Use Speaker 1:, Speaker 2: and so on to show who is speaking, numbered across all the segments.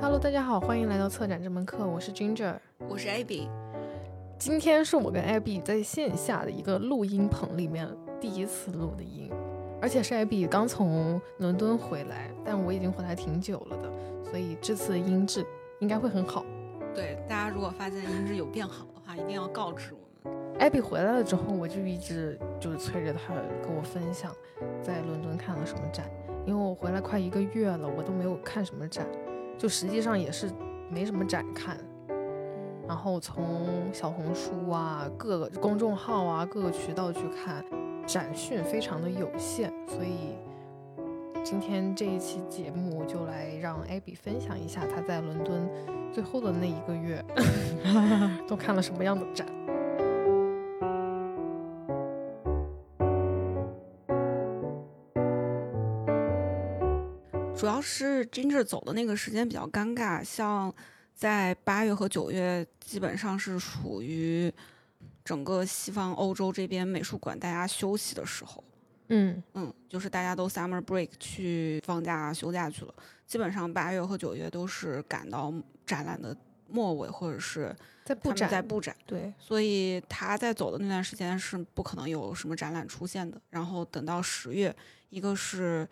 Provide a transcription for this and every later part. Speaker 1: Hello，大家好，欢迎来到策展这门课，我是 Ginger。
Speaker 2: 我是 Abby，
Speaker 1: 今天是我跟 Abby 在线下的一个录音棚里面第一次录的音，而且是 Abby 刚从伦敦回来，但我已经回来挺久了的，所以这次的音质应该会很好。
Speaker 2: 对大家如果发现音质有变好的话，一定要告知我们。
Speaker 1: Abby 回来了之后，我就一直就是催着她跟我分享在伦敦看了什么展，因为我回来快一个月了，我都没有看什么展，就实际上也是没什么展看。然后从小红书啊、各个公众号啊、各个渠道去看，展讯非常的有限，所以今天这一期节目就来让 Abby 分享一下她在伦敦最后的那一个月 都看了什么样的展。
Speaker 2: 主要是 Ginger 走的那个时间比较尴尬，像在八月和九月，基本上是属于整个西方欧洲这边美术馆大家休息的时候。
Speaker 1: 嗯
Speaker 2: 嗯，就是大家都 summer break 去放假啊休假去了，基本上八月和九月都是赶到展览的末尾，或者是，
Speaker 1: 在
Speaker 2: 他
Speaker 1: 布
Speaker 2: 们
Speaker 1: 展，
Speaker 2: 在布展。
Speaker 1: 对，
Speaker 2: 所以他在走的那段时间是不可能有什么展览出现的。然后等到十月，一个是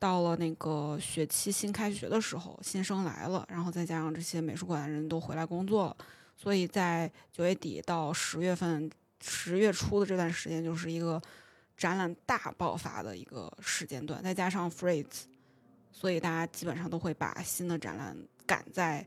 Speaker 2: 到了那个学期新开学的时候，新生来了，然后再加上这些美术馆的人都回来工作了，所以在九月底到十月份、十月初的这段时间，就是一个展览大爆发的一个时间段，再加上 Freeze，所以大家基本上都会把新的展览赶在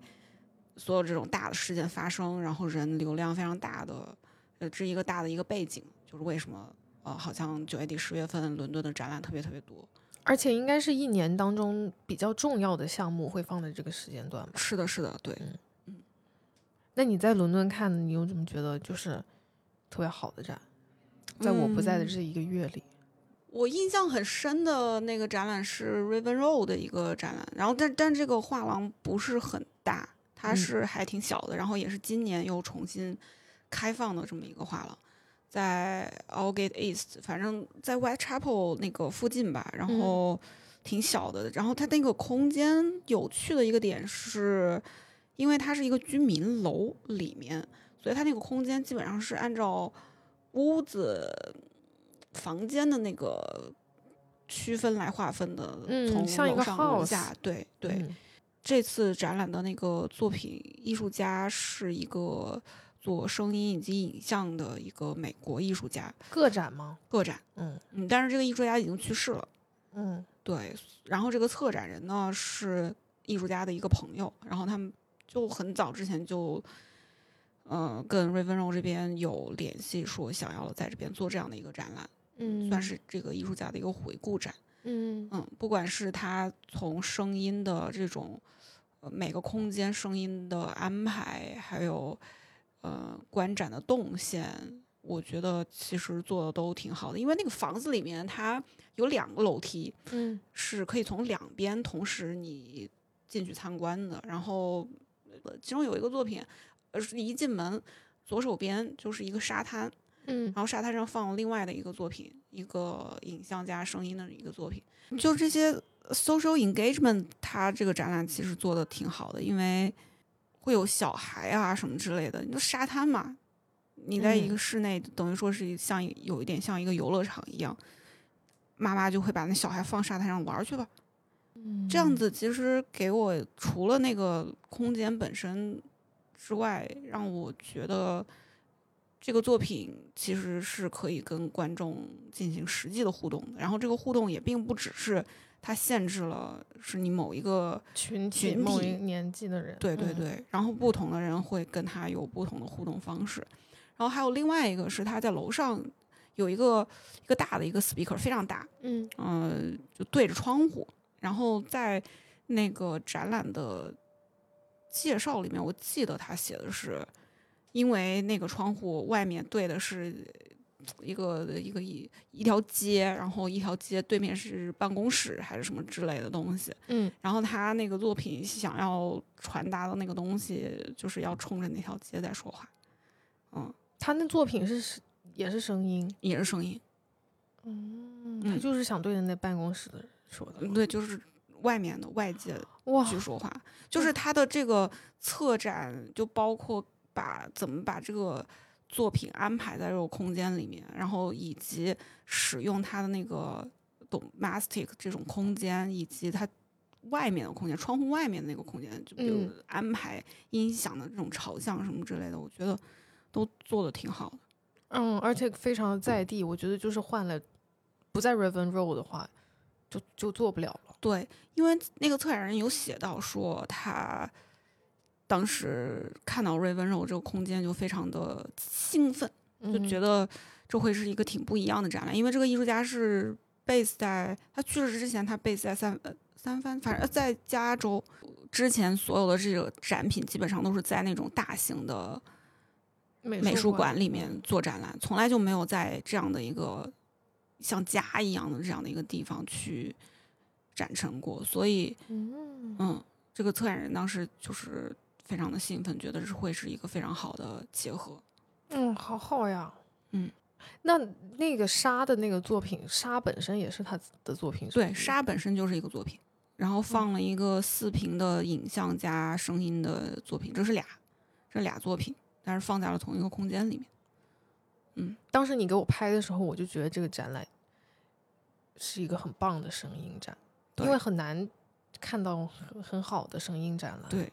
Speaker 2: 所有这种大的事件发生，然后人流量非常大的，呃，这一个大的一个背景，就是为什么呃，好像九月底十月份伦敦的展览特别特别多。
Speaker 1: 而且应该是一年当中比较重要的项目会放在这个时间段吧。
Speaker 2: 是的，是的，对。
Speaker 1: 那你在伦敦看，你有怎么觉得就是特别好的展？在我不在的这一个月里，
Speaker 2: 我印象很深的那个展览是 Raven Row 的一个展览，然后但但这个画廊不是很大，它
Speaker 1: 嗯
Speaker 2: 是还挺小的，然后也是今年又重新开放的这么一个画廊，在 Aldgate East，反正在 Whitechapel 那个附近吧，然
Speaker 1: 嗯
Speaker 2: 后挺小的，然后它那个空间有趣的一个点是，因为它是一个居民楼里面，所以它那个空间基本上是按照屋子、房间的那个区分来划分的，
Speaker 1: 嗯
Speaker 2: 从
Speaker 1: 像一
Speaker 2: 楼
Speaker 1: 个
Speaker 2: 上楼
Speaker 1: house
Speaker 2: 下。对对，
Speaker 1: 嗯
Speaker 2: 这次展览的那个作品，艺术家是一个做声音以及影像的一个美国艺术家，
Speaker 1: 个展吗？
Speaker 2: 个展。
Speaker 1: 嗯
Speaker 2: 嗯，但是这个艺术家已经去世了。
Speaker 1: 嗯，
Speaker 2: 对，然后这个策展人呢是艺术家的一个朋友，然后他们就很早之前就，呃，跟瑞芬柔这边有联系，说想要在这边做这样的一个展览，
Speaker 1: 嗯，
Speaker 2: 算是这个艺术家的一个回顾展。
Speaker 1: 嗯
Speaker 2: 嗯，不管是他从声音的这种，呃，每个空间声音的安排，还有呃观展的动线，我觉得其实做的都挺好的，因为那个房子里面它有两个楼梯，
Speaker 1: 嗯
Speaker 2: 是可以从两边同时你进去参观的。然后，呃其中有一个作品，呃，是一进门左手边就是一个沙滩，
Speaker 1: 嗯
Speaker 2: 然后沙滩上放了另外的一个作品，一个影像加声音的一个作品。就这些呃 social engagement，它这个展览其实做的挺好的，因为会有小孩啊什么之类的。你就沙滩嘛，你在
Speaker 1: 嗯
Speaker 2: 一个室内，等于说是像一有一点像一个游乐场一样，妈妈就会把那小孩放沙滩上玩儿去吧。
Speaker 1: 嗯，
Speaker 2: 这样子其实给我除了那个空间本身之外，让我觉得这个作品其实是可以跟观众进行实际的互动的。然后这个互动也并不只是它限制了是你某一个
Speaker 1: 嗯群体
Speaker 2: 群
Speaker 1: 某一
Speaker 2: 体
Speaker 1: 年纪的人，
Speaker 2: 对对
Speaker 1: 嗯，
Speaker 2: 对，然后不同的人会跟他有不同的互动方式。然后还有另外一个是他在楼上有一个一个大的一个 speaker，非常大，
Speaker 1: 嗯
Speaker 2: 嗯、就对着窗户。然后在那个展览的介绍里面，我记得他写的是，因为那个窗户外面对的是一个一个一一条街，然后一条街对面是办公室还是什么之类的东西。
Speaker 1: 嗯
Speaker 2: 然后他那个作品想要传达的那个东西，就是要冲着那条街在说话，嗯，
Speaker 1: 他那作品是是也是声音，
Speaker 2: 也是声音。
Speaker 1: 嗯，他
Speaker 2: 嗯
Speaker 1: 就是想对着那办公室的人说的
Speaker 2: 嗯
Speaker 1: 嘛，
Speaker 2: 对，就是外面的外界
Speaker 1: 哇，
Speaker 2: 去说话，就是他的这个策展就包括把怎么把这个作品安排在这个空间里面，然后以及使用它的那个 domestic 这种空间，以及它外面的空间，窗户外面的那个空间，就比如
Speaker 1: 嗯
Speaker 2: 安排音响的这种朝向什么之类的，我觉得都做的挺好的。
Speaker 1: 嗯，而且非常在地，我觉得就是换了不在 Raven Row 的话，就就做不了了。
Speaker 2: 对，因为那个策展人有写到说，他当时看到瑞温柔这个空间就非常的兴奋，就觉
Speaker 1: 得
Speaker 2: 得这会是一个挺不一样的展览。因为这个艺术家是 base 在他去世之前，他 base 在三呃三藩，反正在加州。之前所有的这个展品基本上都是在那种大型的
Speaker 1: 美
Speaker 2: 美术
Speaker 1: 术
Speaker 2: 馆里面做展览，从来就没有在这样的一个像家一样的这样的一个地方去展陈过，所以。
Speaker 1: 嗯，
Speaker 2: 嗯，这个策展人当时就是非常的兴奋，觉得是会是一个非常好的结合。
Speaker 1: 嗯，好好呀。
Speaker 2: 嗯，
Speaker 1: 那那个沙的那个作品，沙本身也是他的作品，是
Speaker 2: 对，
Speaker 1: 不是嗯
Speaker 2: 沙本身就是一个作品，然后放了一个四屏的影像加声音的作品，这是俩，这俩作品，但是放在了同一个空间里面。
Speaker 1: 当时你给我拍的时候，我就觉得这个展览是一个很棒的声音展，因
Speaker 2: 对
Speaker 1: 为很难看到很很好的声音展览。
Speaker 2: 对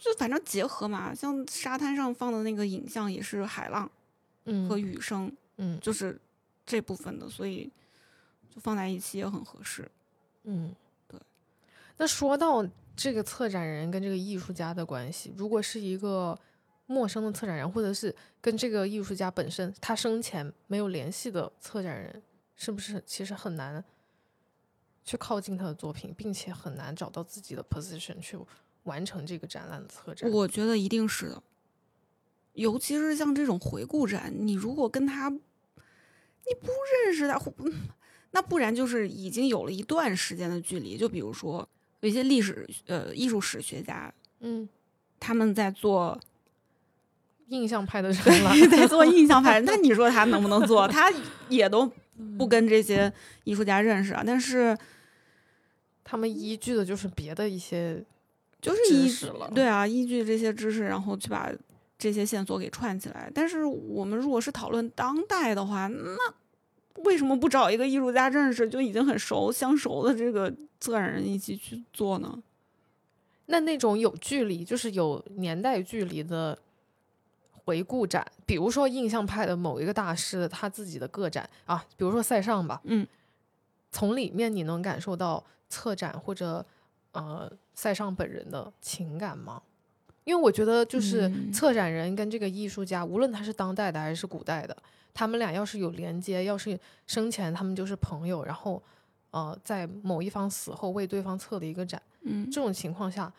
Speaker 2: 就反正结合嘛，像沙滩上放的那个影像也是海浪
Speaker 1: 嗯
Speaker 2: 和雨声，
Speaker 1: 嗯
Speaker 2: 就是这部分的，所以就放在一起也很合适。
Speaker 1: 嗯，
Speaker 2: 对。
Speaker 1: 那说到这个策展人跟这个艺术家的关系，如果是一个陌生的策展人，或者是跟这个艺术家本身他生前没有联系的策展人，是不是其实很难去靠近他的作品，并且很难找到自己的 position 去完成这个展览的策展？
Speaker 2: 我觉得一定是的，尤其是像这种回顾展，你如果跟他你不认识他，或那不然就是已经有了一段时间的距离。就比如说有一些历史呃艺术史学家，
Speaker 1: 嗯，
Speaker 2: 他们在做
Speaker 1: 印象 派的展览，
Speaker 2: 在做印象派，那你说他能不能做？他也都不跟这些艺术家认识啊，但是。
Speaker 1: 他们依据的就是别的一些
Speaker 2: 就是
Speaker 1: 知
Speaker 2: 依
Speaker 1: 识
Speaker 2: 据
Speaker 1: 了
Speaker 2: 对啊，依据这些知识，然后去把这些线索给串起来。但是我们如果是讨论当代的话，那为什么不找一个艺术家认识就已经很熟相熟的这个策展人一起去做呢？
Speaker 1: 那那种有距离，就是有年代距离的回顾展，比如说印象派的某一个大师的他自己的个展啊，比如说塞尚吧，
Speaker 2: 嗯，
Speaker 1: 从里面你能感受到策展或者呃塞尚本人的情感吗？因为我觉得，就是
Speaker 2: 嗯
Speaker 1: 策展人跟这个艺术家，无论他是当代的还是古代的，他们俩要是有连接，要是生前他们就是朋友，然后呃，在某一方死后为对方策的一个展。
Speaker 2: 嗯
Speaker 1: 这种情况下，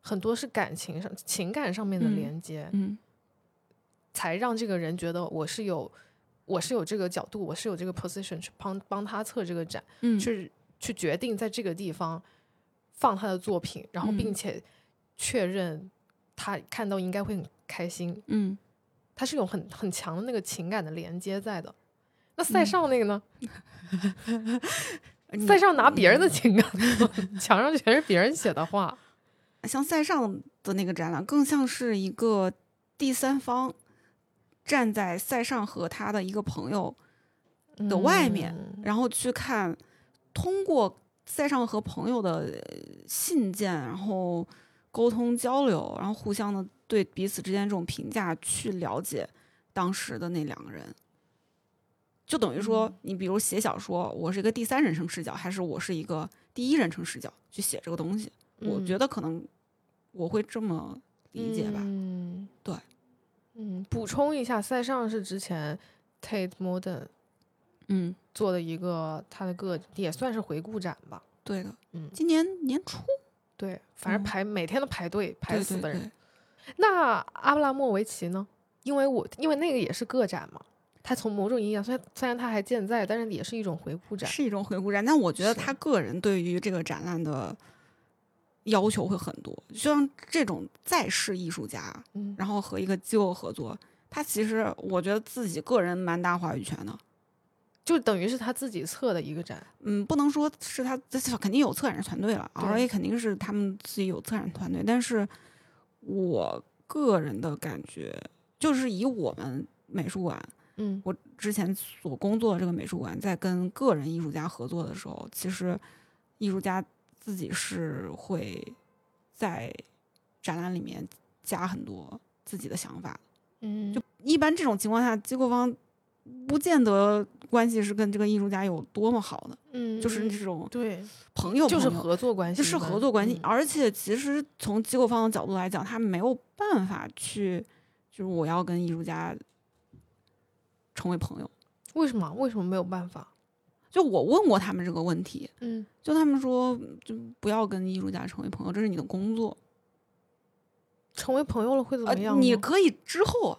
Speaker 1: 很多是感情上、情感上面的
Speaker 2: 嗯
Speaker 1: 连接，
Speaker 2: 嗯
Speaker 1: 才让这个人觉得我是有，我是有这个角度，我是有这个 position 去帮帮他测这个展，
Speaker 2: 嗯
Speaker 1: 去去决定在这个地方放他的作品，然后并
Speaker 2: 嗯
Speaker 1: 且确认他看到应该会很开心，
Speaker 2: 嗯，
Speaker 1: 他是有很很强的那个情感的连接在的。那塞
Speaker 2: 嗯
Speaker 1: 尚那个呢？
Speaker 2: 你
Speaker 1: 塞尚拿别人的情感， 墙上全是别人写的话，
Speaker 2: 像塞尚的那个展览，更像是一个第三方站在塞尚和他的一个朋友的外面
Speaker 1: 嗯
Speaker 2: 然后去看，通过塞尚和朋友的呃信件，然后沟通交流，然后互相的对彼此之间这种评价去了解当时的那两个人。就等于说，
Speaker 1: 嗯
Speaker 2: 你比如写小说，我是一个第三人称视角，还是我是一个第一人称视角去写这个东西？我
Speaker 1: 嗯
Speaker 2: 觉得可能我会这么理解吧。
Speaker 1: 嗯，
Speaker 2: 对。
Speaker 1: 嗯，补充一下，塞尚是之前 Tate Modern
Speaker 2: 嗯，
Speaker 1: 做的一个他的个也算是回顾展吧。
Speaker 2: 对的。
Speaker 1: 嗯
Speaker 2: 今年年初，
Speaker 1: 对，反正
Speaker 2: 哦
Speaker 1: 排、每天都排队排
Speaker 2: 对
Speaker 1: 死
Speaker 2: 对
Speaker 1: 的人。
Speaker 2: 对
Speaker 1: 那阿布拉莫维奇呢？因为我因为那个也是个展嘛，他从某种意义上虽然虽然他还健在，但是也是一种回顾展。
Speaker 2: 是一种回顾展。但我觉得
Speaker 1: 是
Speaker 2: 他个人对于这个展览的要求会很多，就像这种在世艺术家，
Speaker 1: 嗯
Speaker 2: 然后和一个机构合作，他其实我觉得自己个人蛮大话语权的。
Speaker 1: 就等于是他自己策的一个展，
Speaker 2: 嗯，不能说是他，这肯定有策展团队了
Speaker 1: 对
Speaker 2: ，LA 肯定是他们自己有策展团队，但是我个人的感觉就是以我们美术馆
Speaker 1: 嗯
Speaker 2: 我之前所工作的这个美术馆，在跟个人艺术家合作的时候，其实艺术家自己是会在展览里面加很多自己的想法的
Speaker 1: 嗯，
Speaker 2: 就一般这种情况下，机构方不见得关系是跟这个艺术家有多么好的，
Speaker 1: 嗯
Speaker 2: 就是
Speaker 1: 嗯
Speaker 2: 这种
Speaker 1: 对，
Speaker 2: 朋友
Speaker 1: 就是
Speaker 2: 朋友
Speaker 1: 合作关系
Speaker 2: 这
Speaker 1: 嘛，
Speaker 2: 是合作关系，啊
Speaker 1: 嗯
Speaker 2: 而且其实从机构方的角度来讲，他没有办法去，就是我要跟艺术家成为朋友。
Speaker 1: 为什么为什么没有办法？
Speaker 2: 就我问过他们这个问题，
Speaker 1: 嗯，
Speaker 2: 就他们说，就不要跟艺术家成为朋友，这是你的工作。
Speaker 1: 成为朋友了会怎
Speaker 2: 呃
Speaker 1: 么样，呢？
Speaker 2: 你可以之后，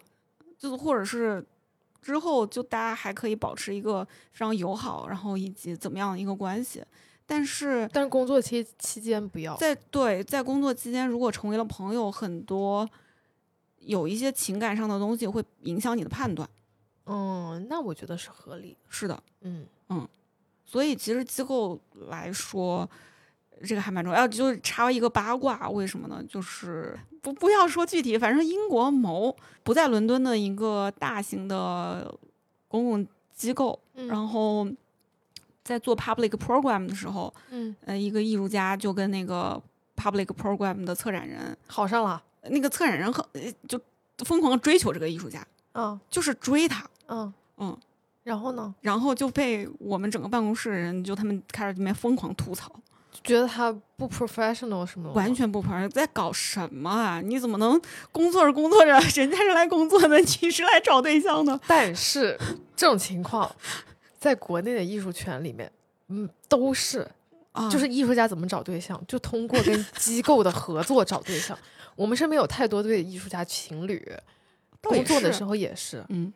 Speaker 2: 就是或者是之后，就大家还可以保持一个非常友好，然后以及怎么样的一个关系。但是
Speaker 1: 但是工作期期间不要，
Speaker 2: 在对在工作期间，如果成为了朋友，很多有一些情感上的东西会影响你的判断。
Speaker 1: 嗯，那我觉得是合理，
Speaker 2: 是的，
Speaker 1: 嗯
Speaker 2: 所以其实机构来说，这个还蛮重要。啊就是查一个八卦，为什么呢？就是不不要说具体，反正英国某不在伦敦的一个大型的公共机构，
Speaker 1: 嗯
Speaker 2: 然后在做 public program 的时候，
Speaker 1: 嗯，
Speaker 2: 呃，一个艺术家就跟那个 public program 的策展人，
Speaker 1: 好上了，
Speaker 2: 那个策展人很呃就疯狂地追求这个艺术家，
Speaker 1: 嗯
Speaker 2: 就是追他，
Speaker 1: 嗯
Speaker 2: 嗯，
Speaker 1: 然后呢，
Speaker 2: 然后就被我们整个办公室的人就他们开始里面疯狂吐槽。
Speaker 1: 就觉得他不 professional 什么的吗，
Speaker 2: 完全不朋友，在搞什么啊？你怎么能工作着工作着， 人家是来工作的，你是来找对象的？
Speaker 1: 但是这种情况， 在国内的艺术圈里面，嗯，都是，
Speaker 2: 啊
Speaker 1: 就是艺术家怎么找对象，就通过跟机构的合作找对 象。我们身边有太多对艺术家情侣，
Speaker 2: 倒也
Speaker 1: 工作的
Speaker 2: 是
Speaker 1: 时候也是，
Speaker 2: 嗯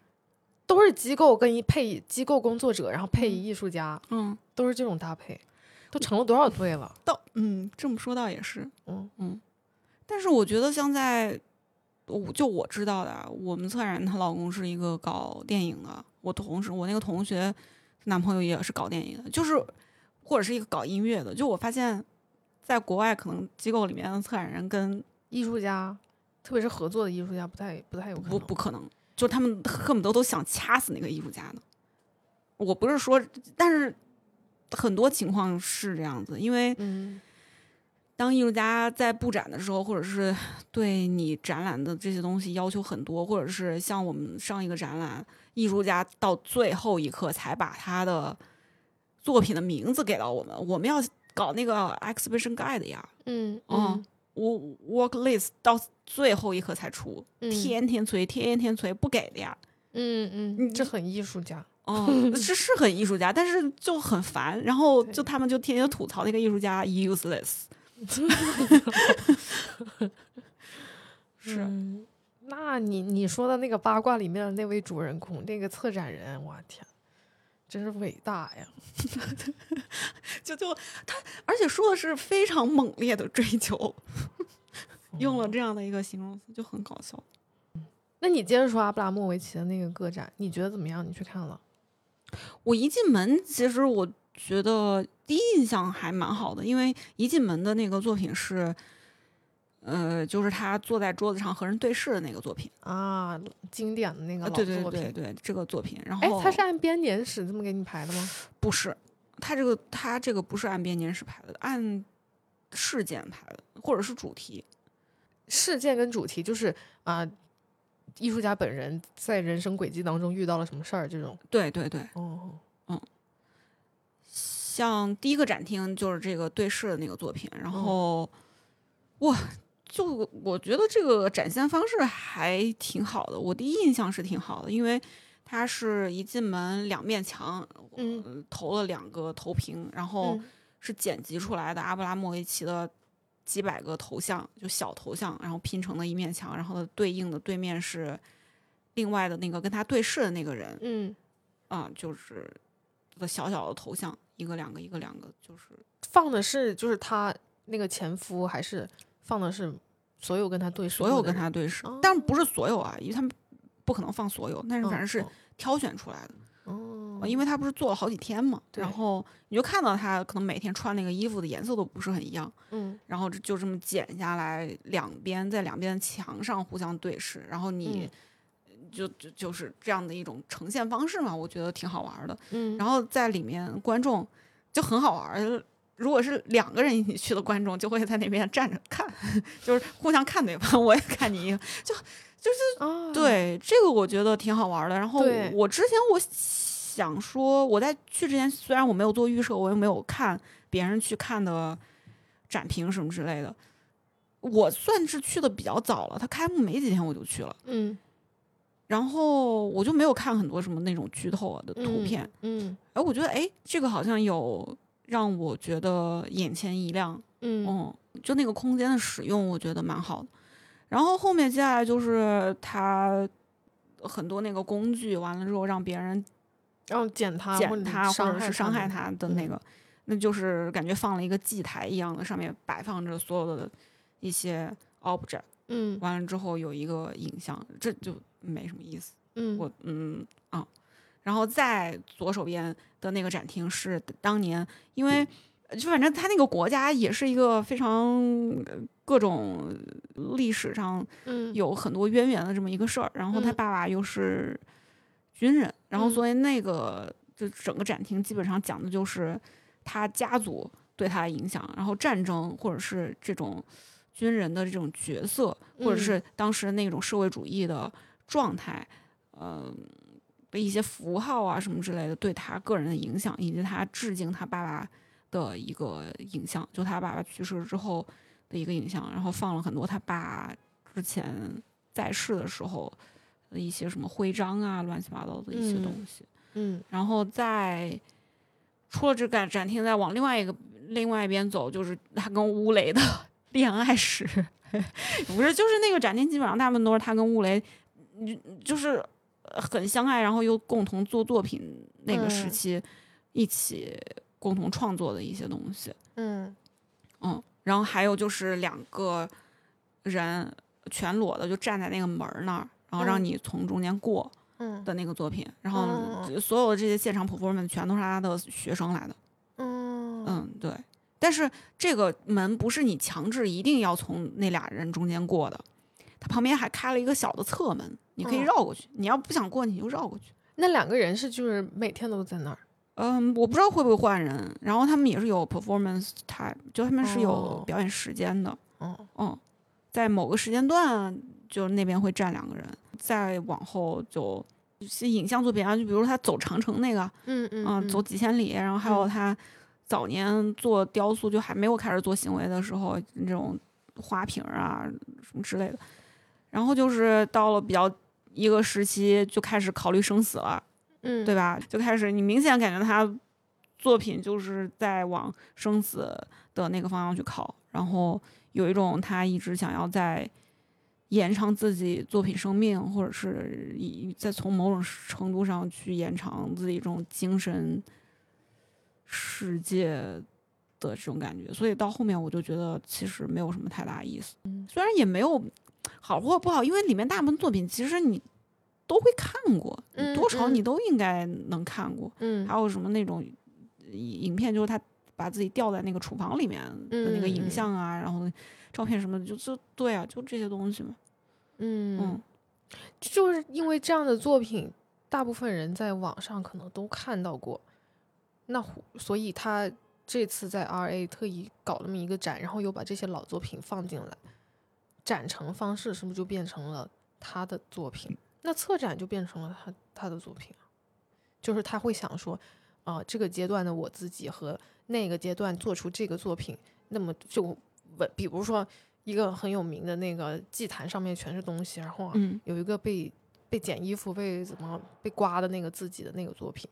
Speaker 1: 都是机构跟一配机构工作者，然后配一艺术家，
Speaker 2: 嗯，
Speaker 1: 都是这种搭配，都成了多少对了？
Speaker 2: 倒嗯，这么说倒也是，
Speaker 1: 嗯
Speaker 2: 嗯。但是我觉得像在，我就我知道的啊，我们策展她老公是一个搞电影的，我同事我那个同学男朋友也是搞电影的，就是或者是一个搞音乐的。就我发现，在国外可能机构里面的策展人跟
Speaker 1: 艺术家，特别是合作的艺术家，不太不太有可
Speaker 2: 不
Speaker 1: 能。
Speaker 2: 不可能，就他们恨不得都想掐死那个艺术家呢。我不是说，但是很多情况是这样子，因为
Speaker 1: 嗯
Speaker 2: 当艺术家在布展的时候，或者是对你展览的这些东西要求很多，或者是像我们上一个展览，艺术家到最后一刻才把他的作品的名字给到我们，我们要搞那个 exhibition guide 呀，
Speaker 1: 嗯
Speaker 2: 哦
Speaker 1: 嗯
Speaker 2: 我 work list 到最后一刻才出，
Speaker 1: 嗯
Speaker 2: 天天催，天天催，不给的呀。
Speaker 1: 嗯
Speaker 2: 你
Speaker 1: 嗯，这很艺术家。
Speaker 2: 哦， 是是很艺术家，但是就很烦。然后
Speaker 1: 对
Speaker 2: 就他们就天天吐槽那个艺术 家 useless，是
Speaker 1: 嗯那你你说的那个八卦里面的那位主人公，那个策展人，我天，真是伟大呀！
Speaker 2: 就就他，而且说的是非常猛烈的追求， 用
Speaker 1: 哦
Speaker 2: 了这样的一个形容词就很搞笑。
Speaker 1: 那你接着说阿布拉莫维奇的那个个展，你觉得怎么样？你去看了？
Speaker 2: 我一进门，其实我觉得第一印象还蛮好的，因为一进门的那个作品是，呃，就是他坐在桌子上和人对视的那个作品，
Speaker 1: 啊，经典的那个
Speaker 2: 啊
Speaker 1: 老
Speaker 2: 对对
Speaker 1: 作
Speaker 2: 对哦
Speaker 1: 品。
Speaker 2: 对，这个作品。然
Speaker 1: 哎
Speaker 2: 后，
Speaker 1: 它是按编年史这么给你排的吗？
Speaker 2: 不是，他这个他这个不是按编年史排的，按事件排的，或者是主题。
Speaker 1: 事件跟主题就是啊、艺术家本人在人生轨迹当中遇到了什么事儿这种。
Speaker 2: 对对对，
Speaker 1: 哦，
Speaker 2: 像第一个展厅就是这个对视的那个作品，然后、哇，就我觉得这个展现方式还挺好的，我第一印象是挺好的，因为它是一进门两面墙，
Speaker 1: 嗯
Speaker 2: 呃投了两个投屏，然后、
Speaker 1: 嗯
Speaker 2: 是剪辑出来的阿布拉莫维奇的几百个头像，就小头像，然后拼成了一面墙，然后它对应的对面是另外的那个跟他对视的那个人
Speaker 1: 嗯，
Speaker 2: 啊、就是一个小小的头像，一个两个，一个两个，就是
Speaker 1: 放的是就是他那个前夫，还是放的是所有跟他对视
Speaker 2: 所
Speaker 1: 过
Speaker 2: 有
Speaker 1: 的
Speaker 2: 跟
Speaker 1: 人
Speaker 2: 他对视
Speaker 1: 哦，
Speaker 2: 但不是所有啊，因为他们不可能放所有，但是
Speaker 1: 嗯
Speaker 2: 反正是
Speaker 1: 哦
Speaker 2: 挑选出来的。
Speaker 1: 哦哦
Speaker 2: 呃因为他不是做了好几天嘛，
Speaker 1: 对
Speaker 2: 然后你就看到他可能每天穿那个衣服的颜色都不是很一样，
Speaker 1: 嗯
Speaker 2: 然后这就这么剪下来，两边在两边的墙上互相对视，然后你就就就是这样的一种呈现方式嘛，我觉得挺好玩儿的。
Speaker 1: 嗯，
Speaker 2: 然后在里面观众就很好玩儿。如果是两个人一起去的观众，就会在那边站着看， 就是互相看对方，我也看你一个。
Speaker 1: 后啊，
Speaker 2: 对，这个我觉得挺好玩儿的。然后
Speaker 1: 对
Speaker 2: 我之前我想说，我在去之前，虽然我没有做预设，我也没有看别人去看的展评什么之类的，我算是去的比较早了。他开幕没几天我就去了，
Speaker 1: 嗯，
Speaker 2: 然后我就没有看很多什么那种剧透啊的图
Speaker 1: 嗯
Speaker 2: 片。
Speaker 1: 嗯
Speaker 2: 哎，我觉得哎，这个好像有让我觉得眼前一亮，
Speaker 1: 嗯
Speaker 2: 嗯，就那个空间的使用，我觉得蛮好的。然后后面接下来就是它很多那个工具，完了之后让别人
Speaker 1: 然后剪它，啊或
Speaker 2: 剪
Speaker 1: 者
Speaker 2: 它或
Speaker 1: 伤
Speaker 2: 者
Speaker 1: 害
Speaker 2: 是伤害
Speaker 1: 的
Speaker 2: 它的那
Speaker 1: 嗯
Speaker 2: 个，那就是感觉放了一个祭台一样的，上面摆放着所有的一些 object。
Speaker 1: 嗯
Speaker 2: 完了之后有一个影像，这就没什么意思。
Speaker 1: 嗯，
Speaker 2: 我嗯啊，然后在左手边的那个展厅是当年，因为呃就反正他那个国家也是一个非常呃各种历史上
Speaker 1: 嗯
Speaker 2: 有很多渊源的这么一个事儿，然后他
Speaker 1: 嗯
Speaker 2: 爸爸又是军人，然后
Speaker 1: 嗯
Speaker 2: 所以那个就整个展厅基本上讲的就是他家族对他的影响，然后战争或者是这种军人的这种角色，或者
Speaker 1: 嗯
Speaker 2: 是当时那种社会主义的状态，嗯、的一些符号啊什么之类的，对他个人的影响，以及他致敬他爸爸的一个影像，就他爸爸去世之后的一个影像，然后放了很多他爸之前在世的时候的一些什么徽章啊，乱七八糟的一些
Speaker 1: 嗯
Speaker 2: 东西。
Speaker 1: 嗯
Speaker 2: 然后再出了这个展厅，再往另外一个另外一边走，就是他跟乌雷的 恋爱史， 不是，就是那个展厅基本上大部分都是他跟乌雷，嗯就是呃很相爱，然后又共同做作品那个时
Speaker 1: 嗯
Speaker 2: 期一起共同创作的一些东西，
Speaker 1: 嗯
Speaker 2: 嗯，然后还有就是两个人全裸的就站在那个门儿那儿，然后让
Speaker 1: 嗯
Speaker 2: 你从中间过，
Speaker 1: 嗯
Speaker 2: 的那个作品，然后
Speaker 1: 嗯
Speaker 2: 这所有的这些现场 performance 全都是他的学生来的。
Speaker 1: 嗯
Speaker 2: 嗯，对。但是这个门不是你强制一定要从那俩人中间过的，它旁边还开了一个小的侧门，你可以
Speaker 1: 嗯
Speaker 2: 绕过去。你要不想过，你就绕过去。
Speaker 1: 那两个人是就是每天都在那儿，
Speaker 2: 嗯，我不知道会不会换人，然后他们也是有 performance time，就他们是有
Speaker 1: 哦
Speaker 2: 表演时间的。
Speaker 1: 嗯
Speaker 2: 嗯，在某个时间段，就那边会站两个人，再往后就。是影像作品啊，就比如他走长城那个，
Speaker 1: 嗯嗯
Speaker 2: 嗯，走几千里，然后还有
Speaker 1: 嗯
Speaker 2: 他早年做雕塑，就还没有开始做行为的时候，那种花瓶儿啊什么之类的。然后就是到了比较一个时期，就开始考虑生死了，
Speaker 1: 嗯
Speaker 2: 对吧？就开始你明显感觉他作品就是在往生死的那个方向去靠，然后有一种他一直想要在延长自己作品生命，或者是以再从某种程度上去延长自己这种精神世界的这种感觉。所以到后面我就觉得其实没有什么太大意思，
Speaker 1: 嗯
Speaker 2: 虽然也没有好或不好，因为里面大部分作品其实你都会看过，
Speaker 1: 嗯
Speaker 2: 多少
Speaker 1: 嗯
Speaker 2: 你都应该能看过。
Speaker 1: 嗯
Speaker 2: 还有什么那种影影片，就是他把自己吊在那个厨房里面的那个
Speaker 1: 嗯
Speaker 2: 影
Speaker 1: 嗯
Speaker 2: 像啊，然后照片什么的，就这对啊，就这些东西嘛。
Speaker 1: 嗯
Speaker 2: 嗯，，
Speaker 1: 就是因为这样的作品，大部分人在网上可能都看到过，那胡所以他这次在 RA 特意搞那么一个展，然后又把这些老作品放进来，展成方式是不是就变成了他的作品？那策展就变成了他他的作品啊，就是他会想说，啊、这个阶段的我自己和那个阶段做出这个作品，那么就文，比如说一个很有名的那个祭坛上面全是东西，然后啊
Speaker 2: 嗯
Speaker 1: 有一个被被剪衣服、被怎么被刮的那个自己的那个作品，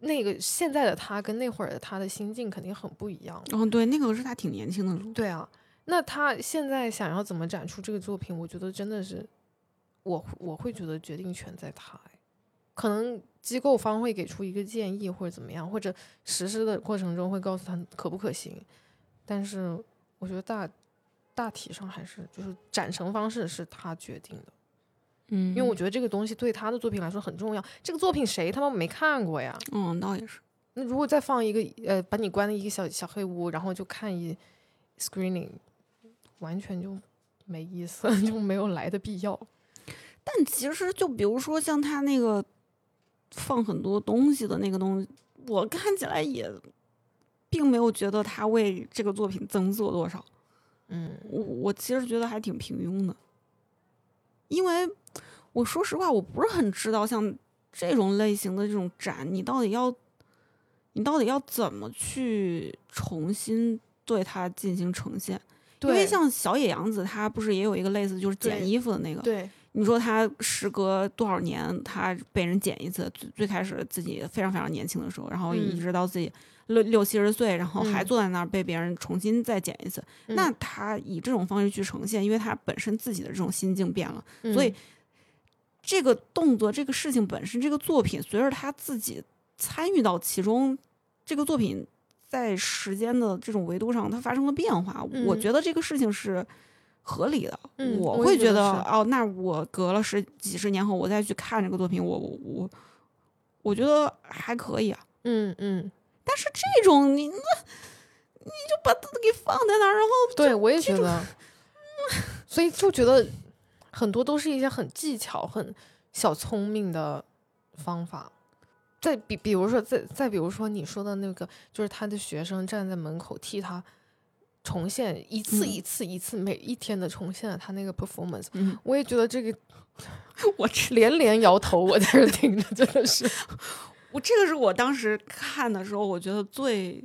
Speaker 1: 那个现在的他跟那会儿的他的心境肯定很不一样了。
Speaker 2: 然后哦对，那个是他挺年轻的时候。
Speaker 1: 对啊，那他现在想要怎么展出这个作品，我觉得真的是我会我会觉得决定权在他哎，可能机构方会给出一个建议或者怎么样，或者实施的过程中会告诉他可不可行，但是我觉得大大体上还是就是展成方式是他决定的，
Speaker 2: 嗯，
Speaker 1: 因为我觉得这个东西对他的作品来说很重要。这个作品谁他妈没看过呀？
Speaker 2: 嗯，倒也是，
Speaker 1: 那如果再放一个呃，把你关在一个小小黑屋，然后就看一 screening，完全就没意思， 就没有来的必要。
Speaker 2: 但其实就比如说像他那个放很多东西的那个东西，我看起来也并没有觉得他为这个作品增色多少。
Speaker 1: 嗯
Speaker 2: 我我其实觉得还挺平庸的，因为我说实话，我不是很知道像这种类型的这种展，你到底要你到底要怎么去重新对它进行呈现？因为
Speaker 1: 对
Speaker 2: 像小野洋子，她不是也有一个类似就是剪
Speaker 1: 对
Speaker 2: 衣服的那个？
Speaker 1: 对
Speaker 2: 你说她时隔多少年，她被人剪一次？最最开始自己非常非常年轻的时候，然后一
Speaker 1: 嗯
Speaker 2: 直到自己六六七十岁，然后还
Speaker 1: 嗯
Speaker 2: 坐在那儿被别人重新再剪一次。那
Speaker 1: 嗯
Speaker 2: 他以这种方式去呈现，因为他本身自己的这种心境变了，所以
Speaker 1: 嗯
Speaker 2: 这个动作、这个事情本身、这个作品，随着他自己参与到其中，这个作品在时间的这种维度上，它发生了变化。我
Speaker 1: 嗯
Speaker 2: 觉得这个事情是合理的，
Speaker 1: 嗯
Speaker 2: 我
Speaker 1: 我
Speaker 2: 会
Speaker 1: 也觉
Speaker 2: 觉
Speaker 1: 得
Speaker 2: 得
Speaker 1: 是
Speaker 2: 哦，那我隔了十几十年后，我再去看这个作品，我我我我觉得还可以啊。
Speaker 1: 嗯嗯，
Speaker 2: 但是这种你那。你就把它给放在那儿，然后
Speaker 1: 对我也觉得， 所以就觉得很多都是一些很技巧、很小聪明的方法。再比，比如说，再再比如说，你说的那个，就是他的学生站在门口替他重现一次
Speaker 2: 嗯
Speaker 1: 一次一次，每一天的重现了他那个 performance。
Speaker 2: 嗯，
Speaker 1: 我也觉得这个
Speaker 2: 我这
Speaker 1: 连连摇头，我在这听着真的 是，
Speaker 2: 我这个是我当时看的时候，我觉得最，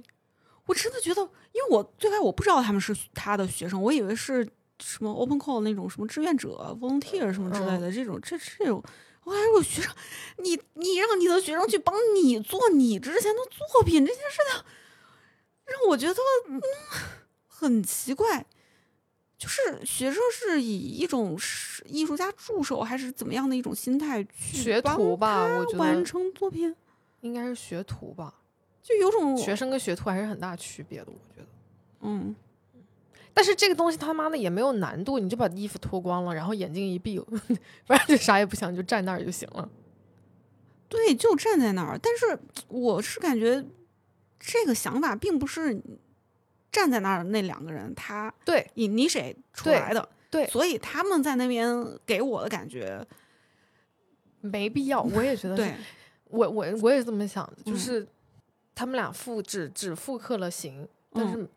Speaker 2: 我真的觉得，因为我最开始我不知道他们是他的学生，我以为是什么 open call 那种什么志愿者 volunteer 什么之
Speaker 1: 嗯
Speaker 2: 类的这种，这这种，我还我学生，你你让你的学生去帮你做你之前的作品这件事情，让我觉得、嗯、很奇怪。就是学生是以一种是艺术家助手还是怎么样的一种心态去
Speaker 1: 学
Speaker 2: 帮
Speaker 1: 徒吧
Speaker 2: 他
Speaker 1: 我觉
Speaker 2: 完
Speaker 1: 得
Speaker 2: 成作品，
Speaker 1: 应该是学徒吧？
Speaker 2: 就有种
Speaker 1: 学生跟学徒还是很大区别的，我觉得。
Speaker 2: 嗯，
Speaker 1: 但是这个东西他妈的也没有难度，你就把衣服脱光了，然后眼睛一闭， 反正就啥也不想，就站那儿就行了。
Speaker 2: 对，就站在那儿。但是我是感觉这个想法并不是站在那儿那两个人他
Speaker 1: 对
Speaker 2: 以你谁出
Speaker 1: 对
Speaker 2: 来的，
Speaker 1: 对
Speaker 2: 所以他们在那边给我的感觉，
Speaker 1: 没必要，我也觉得是，
Speaker 2: 对，
Speaker 1: 我我我也是这么想的，就
Speaker 2: 嗯
Speaker 1: 是他们俩复只只复刻了形，但
Speaker 2: 嗯
Speaker 1: 是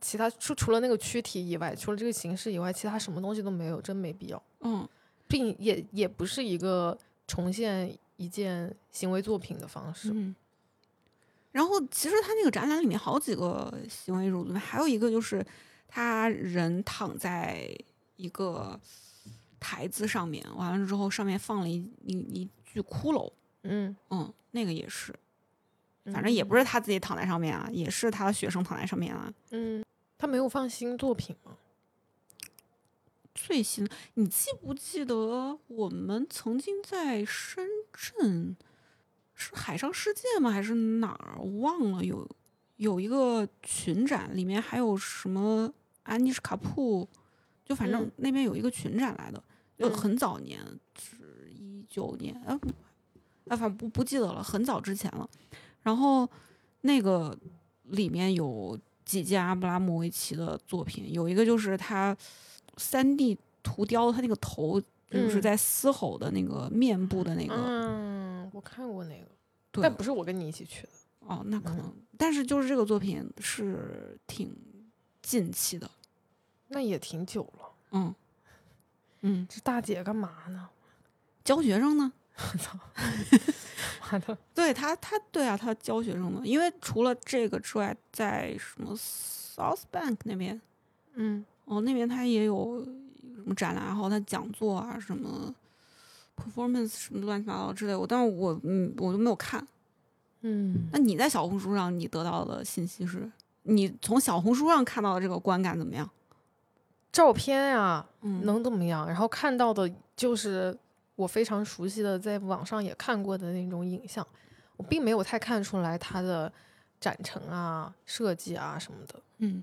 Speaker 1: 其他除除了那个躯体以外，除了这个形式以外，其他什么东西都没有，真没必要，
Speaker 2: 嗯，
Speaker 1: 并也也不是一个重现一件行为作品的方式。
Speaker 2: 嗯。然后其实他那个展览里面好几个行为艺术作品，还有一个就是他人躺在一个台子上面，完了之后上面放了一一一具骷髅，
Speaker 1: 嗯，
Speaker 2: 嗯，那个也是，反正也不
Speaker 1: 是，
Speaker 2: 是他自己躺在上面啊，也是他的学生躺在上面啊。
Speaker 1: 嗯，他没有放新作品吗？
Speaker 2: 最新，你记不记得我们曾经在深圳是海上世界吗？还是哪儿？我忘了有有一个群展，里面还有什么安妮什卡普，就反正
Speaker 1: 嗯
Speaker 2: 那边有一个群展来的，就
Speaker 1: 嗯
Speaker 2: 很早年，是一九年，啊不，啊反正不不记得了，很早之前了。然后那个里面有几件阿布拉莫维奇的作品，有一个就是他三 D 图雕，他那个头就是
Speaker 1: 嗯
Speaker 2: 在嘶吼的那个面部的那个，
Speaker 1: 嗯，我看过那个，
Speaker 2: 对
Speaker 1: 但不是我跟你一起去的。
Speaker 2: 哦，那可
Speaker 1: 嗯
Speaker 2: 能，但是就是这个作品是挺近期的，
Speaker 1: 那也挺久了，
Speaker 2: 嗯嗯，
Speaker 1: 这大姐干嘛呢？
Speaker 2: 教学生呢？
Speaker 1: 我操！妈的，
Speaker 2: 对他，他对啊，他教学生呢，因为除了这个之外，在什么 South Bank 那边，
Speaker 1: 嗯
Speaker 2: 哦，那边他也有什么展览，然后他讲座啊，什么 performance 什么乱七八糟之类的，我但是我嗯我就没有看。
Speaker 1: 嗯
Speaker 2: 那你在小红书上你得到的信息是，你从小红书上看到的这个观感怎么样？
Speaker 1: 照片呀、
Speaker 2: 嗯，
Speaker 1: 能怎么样？然后看到的就是我非常熟悉的，在网上也看过的那种影像，我并没有太看出来它的展陈啊、设计啊什么的。
Speaker 2: 嗯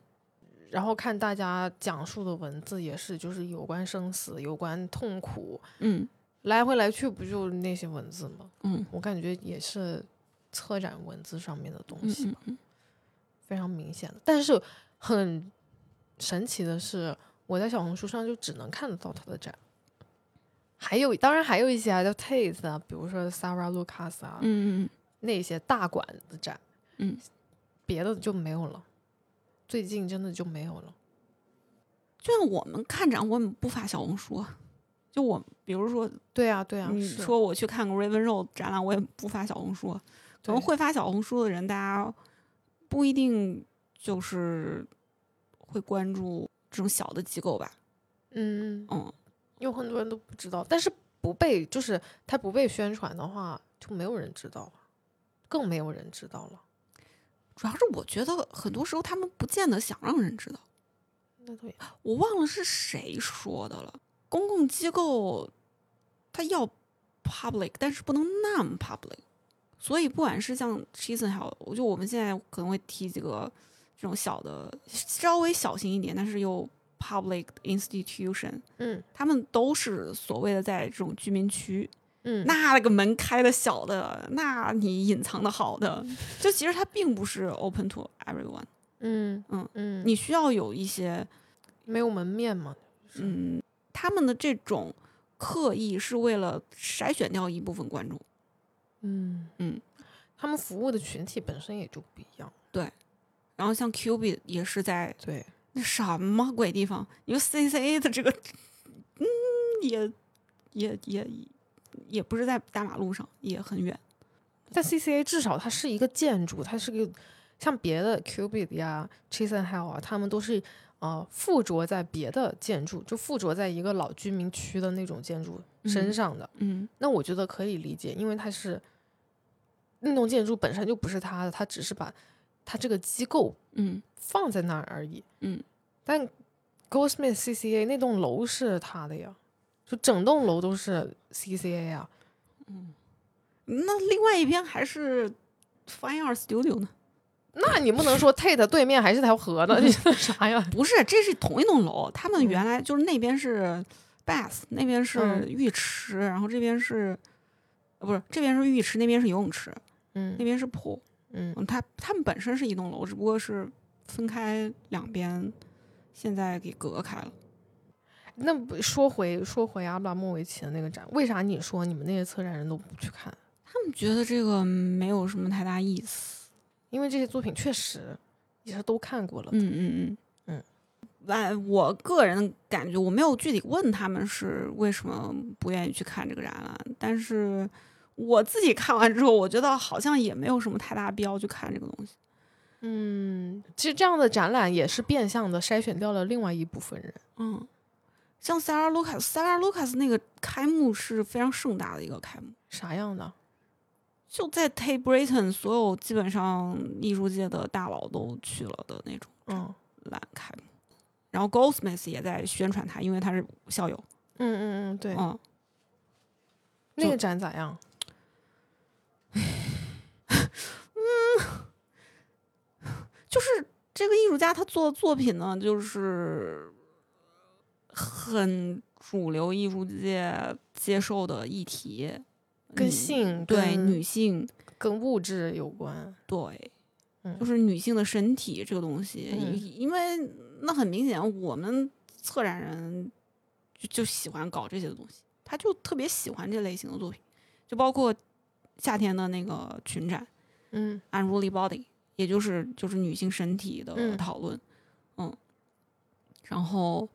Speaker 1: 然后看大家讲述的文字也是，就是有关生死、有关痛苦，
Speaker 2: 嗯
Speaker 1: 来回来去不就是那些文字吗？
Speaker 2: 嗯
Speaker 1: 我感觉也是策展文字上面的东
Speaker 2: 嗯
Speaker 1: 西吧
Speaker 2: 嗯嗯，
Speaker 1: 非常明显的。但是很神奇的是，我在小红书上就只能看得到他的展。还有，当然还有一些啊，叫 Taste 啊，比如说 Sarah Lucas 啊，
Speaker 2: 嗯嗯
Speaker 1: 那些大馆子展，
Speaker 2: 嗯，
Speaker 1: 别的就没有了。最近真的就没有了。
Speaker 2: 就像我们看展，我们不发小红书啊。就我，比如说，
Speaker 1: 对啊，对啊，
Speaker 2: 你
Speaker 1: 是
Speaker 2: 说我去看个 Raven Road 展览，我也不发小红书啊。可能
Speaker 1: 对
Speaker 2: 会发小红书的人，大家不一定就是会关注这种小的机构吧。
Speaker 1: 嗯，
Speaker 2: 嗯，
Speaker 1: 有很多人都不知道，但是不被就是他不被宣传的话，就没有人知道了，更没有人知道了。
Speaker 2: 主要是我觉得很多时候他们不见得想让人知道。
Speaker 1: 那倒也
Speaker 2: 我忘了是谁说的了。公共机构它要 public，但是不能那么 public。所以不管是像 s h e s o n 还有，我就我们现在可能会提几个这种小的，稍微小型一点，但是又 public institution，
Speaker 1: 嗯
Speaker 2: 他们都是所谓的在这种居民区，
Speaker 1: 嗯，
Speaker 2: 那那个门开的小的，那你隐藏的好的，就其实它并不是 open to everyone，
Speaker 1: 嗯
Speaker 2: 嗯
Speaker 1: 嗯，
Speaker 2: 你需要有一些
Speaker 1: 没有门面嘛？
Speaker 2: 嗯，他们的这种刻意是为了筛选掉一部分观众。
Speaker 1: 嗯
Speaker 2: 嗯，
Speaker 1: 他们服务的群体本身也就不一样。
Speaker 2: 然后像 Q B 也是在
Speaker 1: 对，
Speaker 2: 那什么鬼地方，你说 C C A 的这个，嗯，也也也也不是在大马路上，也很远。
Speaker 1: 但 CCA 至少它是一个建筑，它是个像别的 Cubit 呀、Chase and Hell 啊，他们都是呃附着在别的建筑，就附着在一个老居民区的那种建筑身
Speaker 2: 嗯
Speaker 1: 上的。
Speaker 2: 嗯
Speaker 1: 那我觉得可以理解，因为它是那栋建筑本身就不是他的，他只是把他这个机构
Speaker 2: 嗯
Speaker 1: 放在那儿而已。
Speaker 2: 嗯，
Speaker 1: 但 Goldsmith CCA 那栋楼是他的呀，就整栋楼都是 CCA 啊。
Speaker 2: 那另外一边还是 Fine Art Studio 呢？
Speaker 1: 那你不能说 Tate 对面还是条河呢？你这啥呀？
Speaker 2: 不是，这是同一栋楼，他们
Speaker 1: 嗯
Speaker 2: 原来就是那边是 bath，那边是
Speaker 1: 嗯
Speaker 2: 浴池，然后这边是，呃不是这边是浴池，那边是游泳池，那
Speaker 1: 嗯
Speaker 2: 边是 pool。
Speaker 1: 嗯
Speaker 2: 嗯，它它们本身是一栋楼，只不过是分开两边，现在给隔开了。
Speaker 1: 那不说回说回阿布拉莫维奇的那个展，为啥你说你们那些策展人都不去看？
Speaker 2: 他们觉得这个没有什么太大意思。
Speaker 1: 因为这些作品确实也是都看过了的。
Speaker 2: 嗯嗯
Speaker 1: 嗯
Speaker 2: 嗯嗯。哎，我个人感觉我没有具体问他们是为什么不愿意去看这个展览，但是我自己看完之后，我觉得好像也没有什么太大必要去看这个东西。
Speaker 1: 嗯，其实这样的展览也是变相的筛选掉了另外一部分人。
Speaker 2: 嗯，像 Sarah Lucas，Sarah Lucas 那个开幕是非常盛大的一个开幕。
Speaker 1: 啥样的？
Speaker 2: 就在 Tay Britain，所有基本上艺术界的大佬都去了的那种
Speaker 1: 嗯
Speaker 2: 览开幕。然后 Goldsmith 也在宣传他，因为他是校友。
Speaker 1: 嗯嗯嗯，对，
Speaker 2: 嗯，
Speaker 1: 那个展咋样？
Speaker 2: 就是这个艺术家他做的作品呢，就是很主流艺术界接受的议题，
Speaker 1: 跟
Speaker 2: 嗯
Speaker 1: 性、
Speaker 2: 对
Speaker 1: 跟
Speaker 2: 女性，
Speaker 1: 跟物质有关。
Speaker 2: 对，
Speaker 1: 嗯
Speaker 2: 就是女性的身体这个东西，
Speaker 1: 嗯
Speaker 2: 因因为那很明显，我们策展人就就喜欢搞这些东西，他就特别喜欢这类型的作品，就包括夏天的那个群展
Speaker 1: 嗯
Speaker 2: 《Unruly Body》，也就是就是女性身体的
Speaker 1: 嗯
Speaker 2: 讨论，嗯然后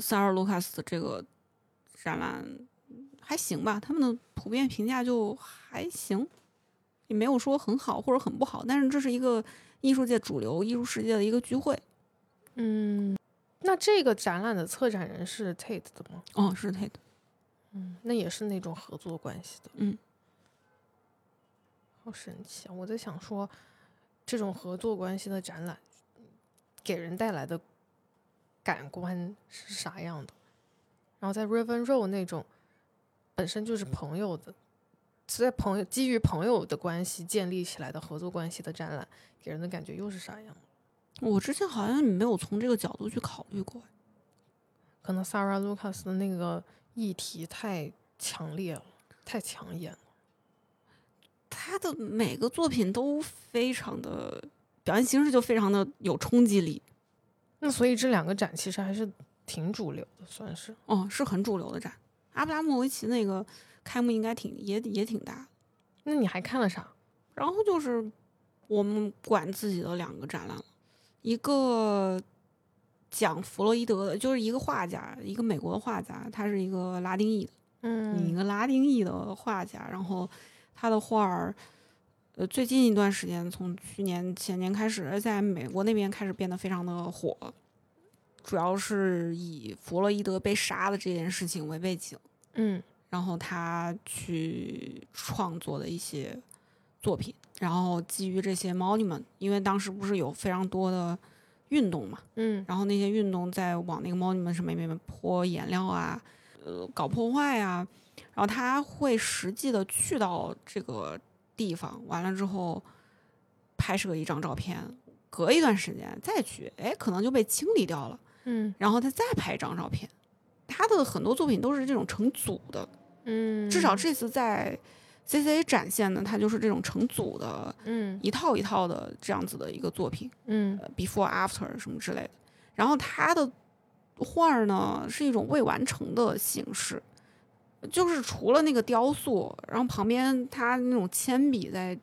Speaker 2: 萨尔卢卡斯的这个展览还行吧，他们的普遍评价就还行，也没有说很好或者很不好，但是这是一个艺术界主流艺术世界的一个聚会。
Speaker 1: 嗯，那这个展览的策展人是 Tate 的吗？
Speaker 2: 哦，是的，
Speaker 1: 嗯，那也是那种合作关系的。
Speaker 2: 嗯，
Speaker 1: 好神奇啊！我在想说，这种合作关系的展览给人带来的感官是啥样的？然后在 Raven Row 那种本身就是朋友的，是在朋友基于朋友的关系建立起来的合作关系的展览，给人的感觉又是啥样的？
Speaker 2: 我之前好像没有从这个角度去考虑过。
Speaker 1: 可能 Sarah Lucas 的那个议题太强烈了，太抢眼了。
Speaker 2: 他的每个作品都非常的表现形式就非常的有冲击力，
Speaker 1: 那所以这两个展其实还是挺主流的，算是。
Speaker 2: 哦，是很主流的展。阿布拉莫维奇那个开幕应该挺也也挺大的，
Speaker 1: 那你还看了啥？
Speaker 2: 然后就是我们管自己的两个展览了，一个讲弗洛伊德的，就是一个画家，一个美国的画家，他是一个拉丁裔的，一
Speaker 1: 嗯
Speaker 2: 个拉丁裔的画家，然后他的画儿，呃，最近一段时间，从去年前年开始，在美国那边开始变得非常的火，主要是以弗洛伊德被杀的这件事情为背景，
Speaker 1: 嗯
Speaker 2: 然后他去创作的一些作品，然后基于这些 monument，因为当时不是有非常多的运动嘛，
Speaker 1: 嗯
Speaker 2: 然后那些运动在往那个 monument 上面面泼颜料啊，呃，搞破坏啊，然后他会实际的去到这个地方，完了之后拍摄一张照片，隔一段时间再去，哎，可能就被清理掉了。
Speaker 1: 嗯
Speaker 2: 然后他再拍一张照片。他的很多作品都是这种成组的，
Speaker 1: 嗯，
Speaker 2: 至少这次在 C C 展现的，它就是这种成组的
Speaker 1: 嗯
Speaker 2: 一套一套的这样子的一个作品，
Speaker 1: 嗯
Speaker 2: 呃，before after 什么之类的。然后他的画儿呢是一种未完成的形式，就是除了那个雕塑，然后旁边他那种铅笔在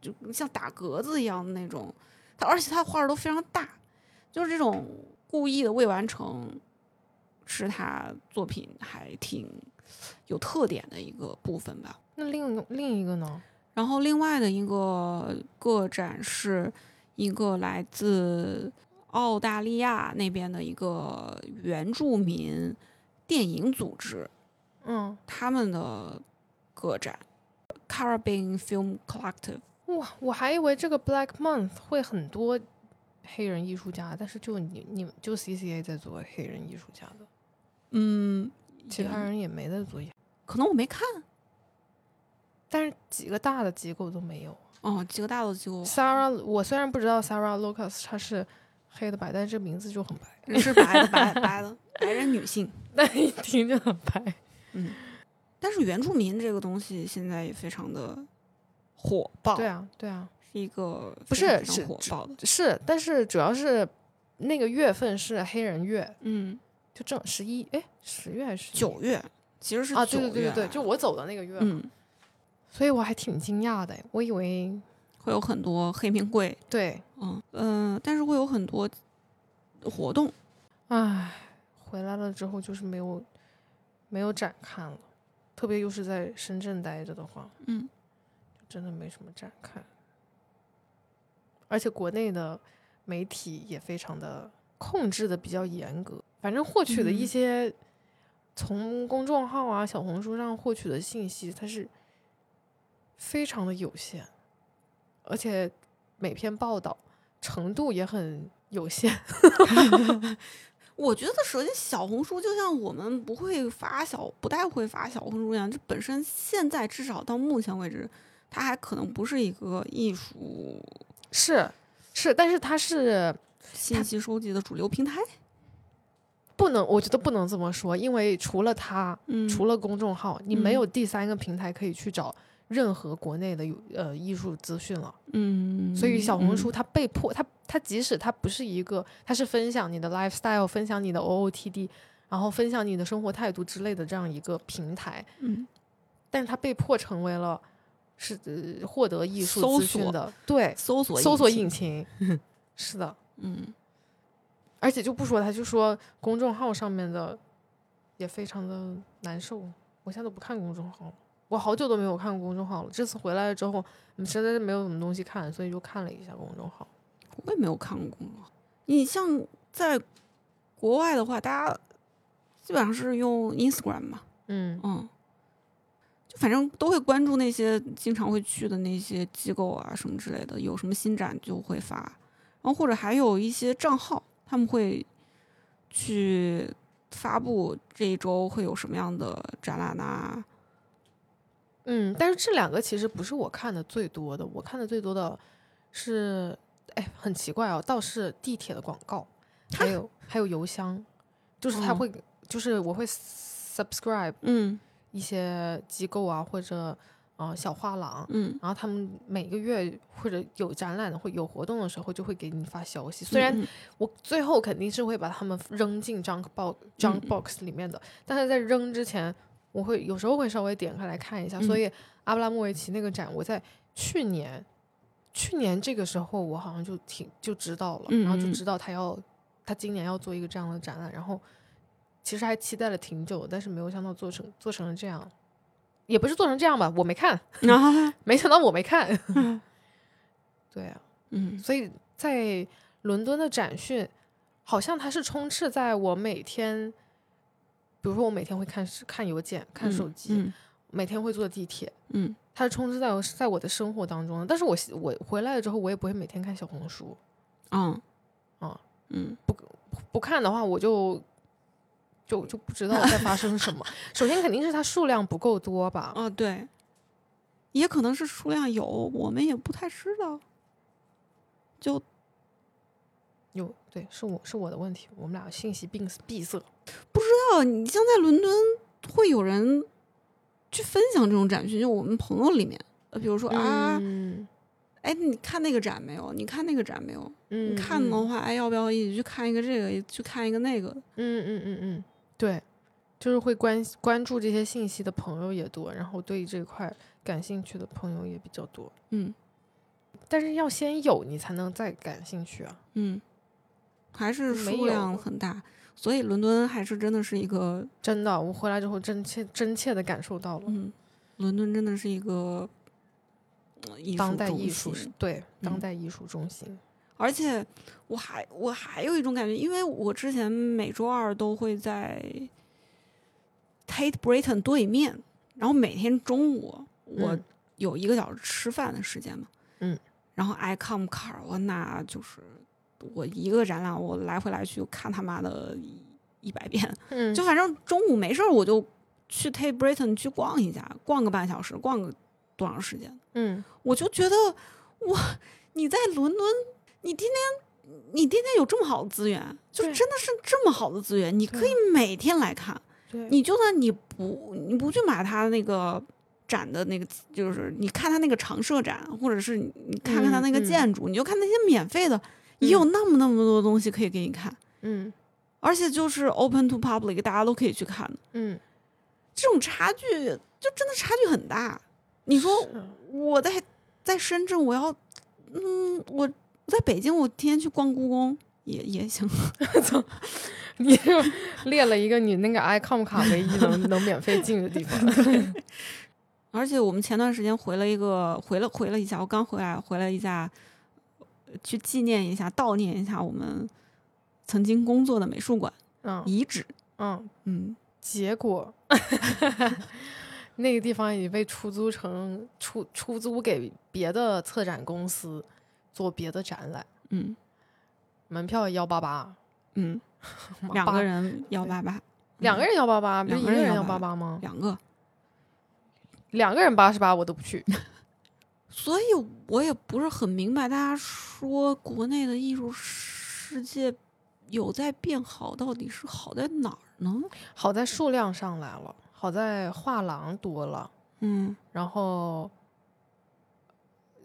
Speaker 2: 就像打格子一样的那种，他而且他画儿都非常大，就是这种故意的未完成，是他作品还挺有特点的一个部分吧。
Speaker 1: 那另一个另一个呢？
Speaker 2: 然后另外的一个个展是一个来自澳大利亚那边的一个原住民电影组织
Speaker 1: 嗯，
Speaker 2: 他们的个展，Caribbean Film Collective。
Speaker 1: 哇，我还以为这个 Black Month 会很多黑人艺术家，但是就你你就 CCA 在做黑人艺术家的，
Speaker 2: 嗯，
Speaker 1: 其他人也没在做，
Speaker 2: 可能我没看
Speaker 1: 但是几个大的机构都没有。
Speaker 2: 哦，几个大的机构
Speaker 1: Sarah，我虽然不知道 Sarah Lucas 她是黑的白，但是这名字就很白，
Speaker 2: 是白的白白的白人女性。嗯
Speaker 1: 但一听就很白。
Speaker 2: 但是原住民这个东西现在也非常的火爆，
Speaker 1: 对啊，对啊，
Speaker 2: 是一个
Speaker 1: 不是
Speaker 2: 非常非常
Speaker 1: 是
Speaker 2: 火爆的，
Speaker 1: 是，但是主要是那个月份是黑人月，
Speaker 2: 嗯，
Speaker 1: 就正十一，哎，十月还是11
Speaker 2: 九月其实是
Speaker 1: 啊？
Speaker 2: 九
Speaker 1: 对
Speaker 2: 月
Speaker 1: 对对对对，
Speaker 2: 来
Speaker 1: 就我走的那个月，
Speaker 2: 嗯，
Speaker 1: 所以我还挺惊讶的，我以为
Speaker 2: 会有很多黑名贵，
Speaker 1: 对，
Speaker 2: 嗯嗯、呃但是会有很多活动，
Speaker 1: 唉，回来了之后就是没有没有展看了，特别又是在深圳待着的话，
Speaker 2: 嗯，
Speaker 1: 就真的没什么展看。而且国内的媒体也非常的控制的比较严格，反正获取的一
Speaker 2: 嗯
Speaker 1: 些、从公众号啊、小红书上获取的信息，它是非常的有限，而且每篇报道程度也很有限。
Speaker 2: 我觉得首先小红书就像我们不会发小，不太会发小红书一样，这本身现在至少到目前为止，它还可能不是一个艺术
Speaker 1: 是是，但是它是
Speaker 2: 信息收集的主流平台，
Speaker 1: 不能，我觉得不能这么说，因为除了它，
Speaker 2: 嗯，
Speaker 1: 除了公众号，你没
Speaker 2: 嗯
Speaker 1: 有第三个平台可以去找任何国内的有呃艺术资讯了。
Speaker 2: 嗯，
Speaker 1: 所以小红书
Speaker 2: 嗯，
Speaker 1: 它被迫，它它即使它不是一个，它是分享你的 lifestyle，分享你的 OOTD，然后分享你的生活态度之类的这样一个平台，
Speaker 2: 嗯
Speaker 1: 但是它被迫成为了是、呃、获得艺术
Speaker 2: 搜
Speaker 1: 资讯
Speaker 2: 索
Speaker 1: 的对
Speaker 2: 搜索
Speaker 1: 搜索
Speaker 2: 引
Speaker 1: 引
Speaker 2: 擎，
Speaker 1: 擎， 是的。
Speaker 2: 嗯，
Speaker 1: 而且就不说他，就说公众号上面的也非常的难受。我现在都不看公众号了，我好久都没有看过公众号了。这次回来了之后，嗯，实在是没有什么东西看，所以就看了一下公众号。
Speaker 2: 我也没有看过公众号。你像在国外的话，大家基本上是用 Instagram 嘛，
Speaker 1: 嗯
Speaker 2: 嗯，就反正都会关注那些经常会去的那些机构啊什么之类的，有什么新展就会发，然后或者还有一些账号，他们会去发布这一周会有什么样的展览啊，
Speaker 1: 嗯，但是这两个其实不是我看的最多的，我看的最多的是哎，很奇怪哦，倒是地铁的广告，还有还有邮箱，就是它
Speaker 2: 嗯
Speaker 1: 会，就是我会 subscribe
Speaker 2: 嗯
Speaker 1: 一些机构啊，或者呃小画廊，
Speaker 2: 嗯，
Speaker 1: 然后他们每个月或者有展览或有活动的时候，就会给你发消息。虽然
Speaker 2: 嗯
Speaker 1: 我最后肯定是会把它们扔进 junk box junk
Speaker 2: 嗯
Speaker 1: box 里面的，但是在扔之前，我会有时候会稍微点开来看一
Speaker 2: 嗯
Speaker 1: 下。所以阿布拉莫维奇那个展，我在去年去年这个时候，我好像就挺就知道了，然后
Speaker 2: 嗯
Speaker 1: 就
Speaker 2: 嗯
Speaker 1: 知道他要他今年要做一个这样的展览，然后其实还期待了挺久，但是没有想到做成做成了这样，也不是做成这样吧，我没看，
Speaker 2: 嗯然后还
Speaker 1: 没想到我没 看。 对啊，
Speaker 2: 嗯
Speaker 1: 所以在伦敦的展讯，好像它是充斥在我每天，比如说我每天会看看邮件、看手
Speaker 2: 嗯
Speaker 1: 机，
Speaker 2: 嗯
Speaker 1: 每天会坐地铁，
Speaker 2: 嗯
Speaker 1: 它是充斥在我在我的生活当中的。但是我我回来了之后，我也不会每天看小红书，
Speaker 2: 嗯
Speaker 1: 哦
Speaker 2: 嗯
Speaker 1: 不看的话我就。就就不知道在发生 什么。首先肯定是它数量不够多吧，
Speaker 2: 哦对，也可能是数量有，我们也不太知道。就
Speaker 1: 有对是我是我的问题，我们俩信息闭塞闭塞。
Speaker 2: 哦，你像在伦敦会有人去分享这种展讯，就我们朋友里面，呃，比如说啊，
Speaker 1: 嗯，
Speaker 2: 哎，你看那个展没有？你看那个展没有？
Speaker 1: 嗯
Speaker 2: 你看
Speaker 1: 嗯
Speaker 2: 的话，哎，要不要一起去看一个这个，也去看一个那个？
Speaker 1: 嗯嗯嗯嗯，对，就是会关关注这些信息的朋友也多，然后对这块感兴趣的朋友也比较多。
Speaker 2: 嗯
Speaker 1: 但是要先有你才能再感兴趣啊。
Speaker 2: 嗯，还是
Speaker 1: 没有
Speaker 2: 数量很大，所以伦敦还是真的是一个，
Speaker 1: 真的，我回来之后真切真切的感受到了
Speaker 2: 嗯，伦敦真的是一个呃艺术
Speaker 1: 当代
Speaker 2: 中
Speaker 1: 艺术
Speaker 2: 心
Speaker 1: 是，对当
Speaker 2: 嗯
Speaker 1: 代艺术中心。
Speaker 2: 而且我还我还有一种感觉，因为我之前每周二都会在 Tate Britain 对面，然后每天中午我
Speaker 1: 嗯
Speaker 2: 有一个小时吃饭的时间嘛，
Speaker 1: 嗯，
Speaker 2: 然后 I come 卡尔文纳就是我一个展览，我来回来去看他妈的一百遍，
Speaker 1: 嗯，
Speaker 2: 就反正中午没事儿我就去 Tate Britain 去逛一下，逛个半小时，逛个多长时间？
Speaker 1: 嗯
Speaker 2: 我就觉得哇，你在伦敦，你天天你天天有这么好的资源，就
Speaker 1: 对
Speaker 2: 真的是这么好的资源，你可以每天来看。
Speaker 1: 对，
Speaker 2: 你就算你不你不去买他那个展的那个，就是你看他那个常设展，或者是你你看看他
Speaker 1: 嗯
Speaker 2: 那个
Speaker 1: 嗯
Speaker 2: 建筑，你就看那些免费的，也有那么那么多东西可以给你看，
Speaker 1: 嗯
Speaker 2: 而且就是 open to public，大家都可以去看的。
Speaker 1: 嗯，
Speaker 2: 这种差距就真的差距很大。你说
Speaker 1: 是
Speaker 2: 我在在深圳，我要，嗯，我我在北京，我天天去逛故宫也也行。
Speaker 1: 你就 列了一个你那个 icom 卡唯一能能免费进的地方。
Speaker 2: 而且我们前段时间回了一个，回了回了一下，我刚回来，回了一下，呃去纪念一下，悼念一下我们曾经工作的美术馆
Speaker 1: 嗯
Speaker 2: 遗址。
Speaker 1: 嗯，
Speaker 2: 嗯，
Speaker 1: 结 果那个地方已经被出租成出出租给别的策展公司做别的展览，
Speaker 2: 嗯
Speaker 1: 门票幺八 八，
Speaker 2: 嗯，
Speaker 1: 妈
Speaker 2: 两
Speaker 1: 八
Speaker 2: 个人幺八八，
Speaker 1: 两个人幺八八，不是
Speaker 2: 两
Speaker 1: 一
Speaker 2: 个
Speaker 1: 个
Speaker 2: 人
Speaker 1: 人幺八
Speaker 2: 188
Speaker 1: 八吗？
Speaker 2: 两个，
Speaker 1: 两个人八十八我都不去，
Speaker 2: 所以我也不是很明白，大家说国内的艺术世界有在变好，到底是好在哪儿呢？
Speaker 1: 好在数量上来了，好在画廊多了，
Speaker 2: 嗯
Speaker 1: 然后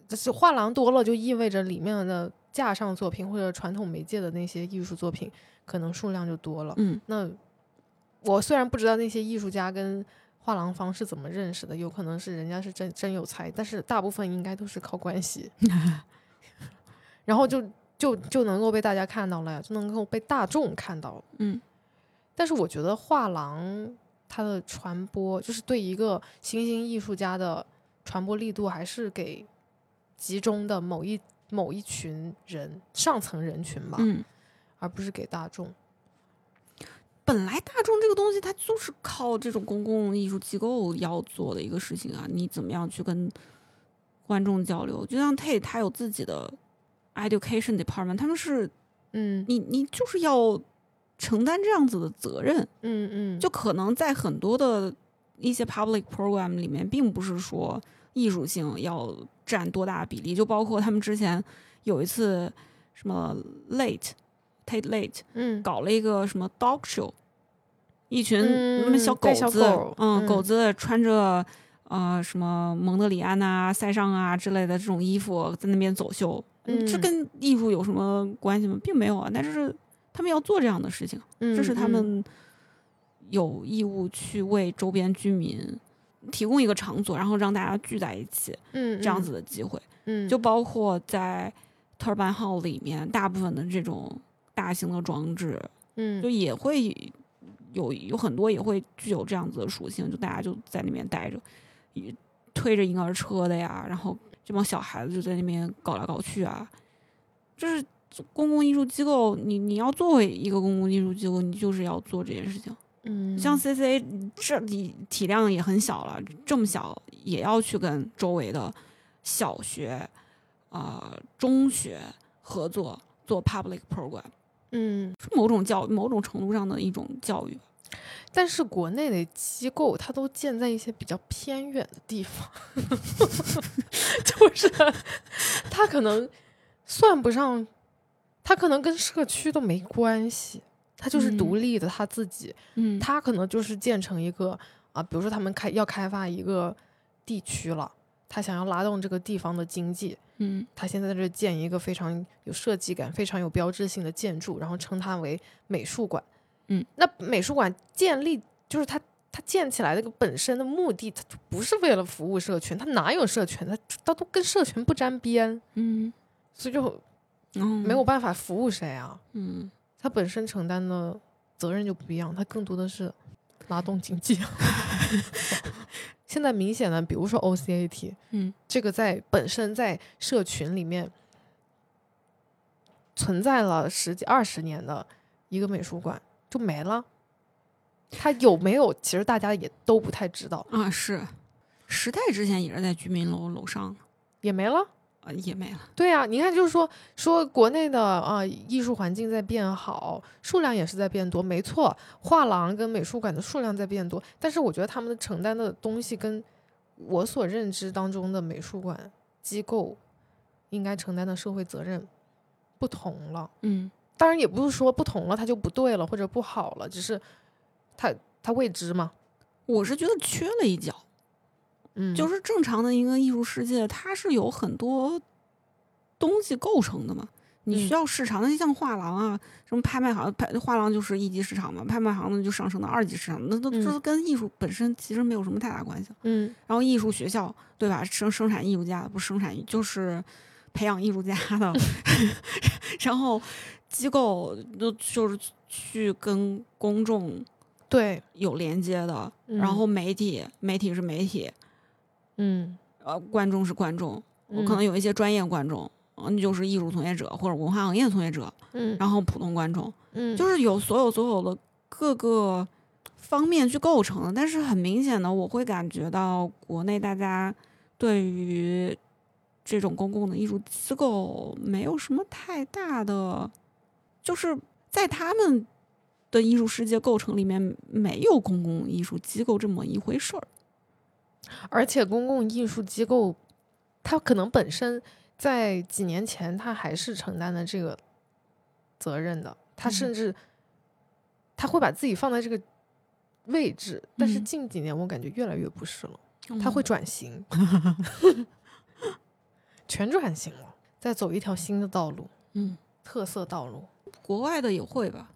Speaker 1: 就是画廊多了，就意味着里面的架上作品或者传统媒介的那些艺术作品可能数量就多了。
Speaker 2: 嗯
Speaker 1: 那我虽然不知道那些艺术家跟画廊方是怎么认识的，有可能是人家是真真有才，但是大部分应该都是靠关 系，然后就就就能够被大家看到了呀，就能够被大众看到了。
Speaker 2: 嗯
Speaker 1: 但是我觉得画廊它的传播，就是对一个新兴艺术家的传播力度，还是给集中的某一某一群人上层人群吧，
Speaker 2: 嗯，
Speaker 1: 而不是给大众。
Speaker 2: 本来大众这个东西，它就是靠这种公共艺术机构要做的一个事情啊，你怎么样去跟观众交流？就像 Tate，他有自己的 education department，他们是
Speaker 1: 嗯
Speaker 2: 你你就是要承担这样子的责任，
Speaker 1: 嗯嗯，
Speaker 2: 就可能在很多的一些 public program 里面，并不是说艺术性要占多大比例，就包括他们之前有一次什么 Late Tate Late
Speaker 1: 嗯，
Speaker 2: 搞了一个什么 dog show，一群
Speaker 1: 嗯
Speaker 2: 那么小狗
Speaker 1: 带小
Speaker 2: 子，
Speaker 1: 狗
Speaker 2: 嗯，
Speaker 1: 嗯
Speaker 2: 狗子穿着呃什么蒙德里安呐、塞尚啊之类的这种衣服在那边走秀，这
Speaker 1: 嗯
Speaker 2: 跟艺术有什么关系吗？并没有啊，但是他们要做这样的事情，
Speaker 1: 嗯
Speaker 2: 这是他
Speaker 1: 嗯
Speaker 2: 们有义务去为周边居民提供一个场所，然后让大家聚在一起
Speaker 1: 嗯
Speaker 2: 这样
Speaker 1: 嗯
Speaker 2: 子的机会。
Speaker 1: 嗯
Speaker 2: 就包括在 Turban Hall 里面，大部分的这种大型的装置，
Speaker 1: 嗯
Speaker 2: 就也会有有很多也会具有这样子的属性，就大家就在那边待着，一推着婴儿车的呀，然后这帮小孩子就在那边搞来搞去啊，就是公共艺术机构，你你要作为一个公共艺术机构，你就是要做这件事情。
Speaker 1: 嗯
Speaker 2: 像 CCA 这里体量也很小了，这么小也要去跟周围的小学、啊、中学合作做 public program，
Speaker 1: 嗯，
Speaker 2: 是某种教某种程度上的一种教育。
Speaker 1: 但是国内的机构它都建在一些比较偏远的地方， 就是它可能算不上，它可能跟社区都没关系，它就是独
Speaker 2: 嗯
Speaker 1: 立的，它自己，
Speaker 2: 嗯
Speaker 1: 它可能就是建成一个啊，比如说他们开要开发一个地区了，他想要拉动这个地方的经济，
Speaker 2: 嗯
Speaker 1: 他现在在这建一个非常有设计感、非常有标志性的建筑，然后称它为美术馆。
Speaker 2: 嗯，
Speaker 1: 那美术馆建立就是它它建起来那个本身的目的，它就不是为了服务社群，它哪有社群？它它都跟社群不沾边，
Speaker 2: 嗯，
Speaker 1: 所以就
Speaker 2: 然后
Speaker 1: 没有办法服务谁啊。
Speaker 2: 嗯，
Speaker 1: 它本身承担的责任就不一样，它更多的是拉动经济。 现在明显的，比如说 OCAT，
Speaker 2: 嗯，
Speaker 1: 这个在本身在社群里面存在了十几二十年的一个美术馆就没了，它有没有？其实大家也都不太知道，
Speaker 2: 啊是，时代之前也是在居民楼楼上，
Speaker 1: 也没了。
Speaker 2: 呃也没了。
Speaker 1: 对呀、你看，就是说说国内的啊、呃艺术环境在变好，数量也是在变多，没错，画廊跟美术馆的数量在变多，但是我觉得他们的承担的东西跟我所认知当中的美术馆机构应该承担的社会责任不同了。
Speaker 2: 嗯
Speaker 1: 当然，也不是说不同了它就不对了或者不好了，只是它它未知嘛。
Speaker 2: 我是觉得缺了一角，
Speaker 1: 嗯，
Speaker 2: 就是是正常的一个艺术世界，它是有很多东西构成的嘛。你需
Speaker 1: 嗯
Speaker 2: 要市场，那就像画廊啊，什么拍卖行，拍画廊就是一级市场嘛，拍卖行呢就上升到二级市场，那都
Speaker 1: 嗯
Speaker 2: 这跟艺术本身其实没有什么太大关系。
Speaker 1: 嗯
Speaker 2: 然后艺术学校，对吧？生生产艺术家不是生产，就是培养艺术家 的。 然后机构就就是去跟公众
Speaker 1: 对，
Speaker 2: 有连接的，
Speaker 1: 嗯
Speaker 2: 然后媒体，媒体是媒体，
Speaker 1: 嗯，
Speaker 2: 呃，观众是观众，我可能有一些专业观众，嗯，就是艺术从业者或者文化行业从业者，
Speaker 1: 嗯
Speaker 2: 然后普通观众，
Speaker 1: 嗯
Speaker 2: 就是有所有所有的各个方面去构成的。但是很明显的，我会感觉到国内大家对于这种公共的艺术机构没有什么太大的，就是在他们的艺术世界构成里面，没有公共艺术机构这么一回事儿。
Speaker 1: 而且公共艺术机构，它可能本身在几年前，它还是承担了这个责任的，它
Speaker 2: 嗯
Speaker 1: 甚至它会把自己放在这个位置，但是
Speaker 2: 嗯
Speaker 1: 近几年我感觉越来越不是了，它会转 型，全转型了，再走一条新的道路，
Speaker 2: 嗯。
Speaker 1: 特色道路。
Speaker 2: 国外的也会吧，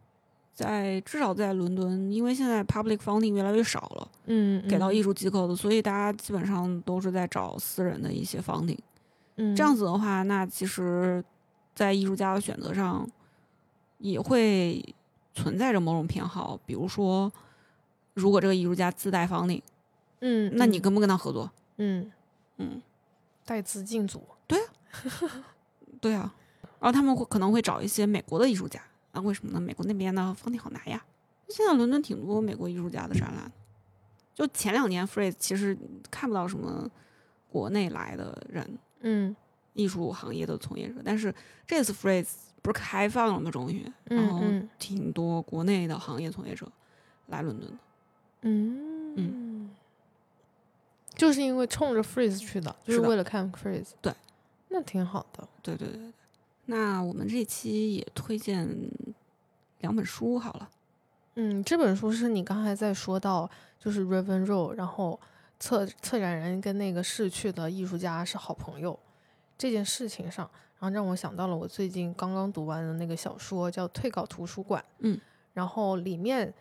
Speaker 2: 在至少在伦敦，因为现在 public funding 越来越少了，
Speaker 1: 嗯
Speaker 2: 给到艺术机构的，所以大家基本上都是在找私人的一些 funding。这样
Speaker 1: 子，
Speaker 2: 子的话，那其实，在艺术家的选择上，也会存在着某种偏好。比如说，如果这个艺术家自带 funding，
Speaker 1: 嗯，
Speaker 2: 那你
Speaker 1: 嗯
Speaker 2: 跟不跟他合作？
Speaker 1: 嗯
Speaker 2: 嗯，
Speaker 1: 带资进组，
Speaker 2: 对啊。然后他们会可能会找一些美国的艺术家啊？为什么呢？美国那边的 funding 好拿呀。现在伦敦挺多美国艺术家的展览，就前两年 Freeze 其实看不到什么国内来的人，
Speaker 1: 嗯
Speaker 2: 艺术行业的从业者，但是这次 Freeze 不是开放了吗？终于，然后
Speaker 1: 嗯
Speaker 2: 挺多国内的行业从业者来伦敦的。
Speaker 1: 嗯嗯，就是因为冲着 Freeze 去的，就是是
Speaker 2: 的
Speaker 1: 为了看 Freeze。
Speaker 2: 对，
Speaker 1: 那挺好的。
Speaker 2: 对对对对，那我们这期也推荐两本书好了。
Speaker 1: 嗯，这本书是你刚才在说到，就是 Raven Row，然后策策展人跟那个逝去的艺术家是好朋友这件事情上，然后让我想到了我最近刚刚读完的那个小说，叫《退稿图书馆》。
Speaker 2: 嗯，
Speaker 1: 然后里面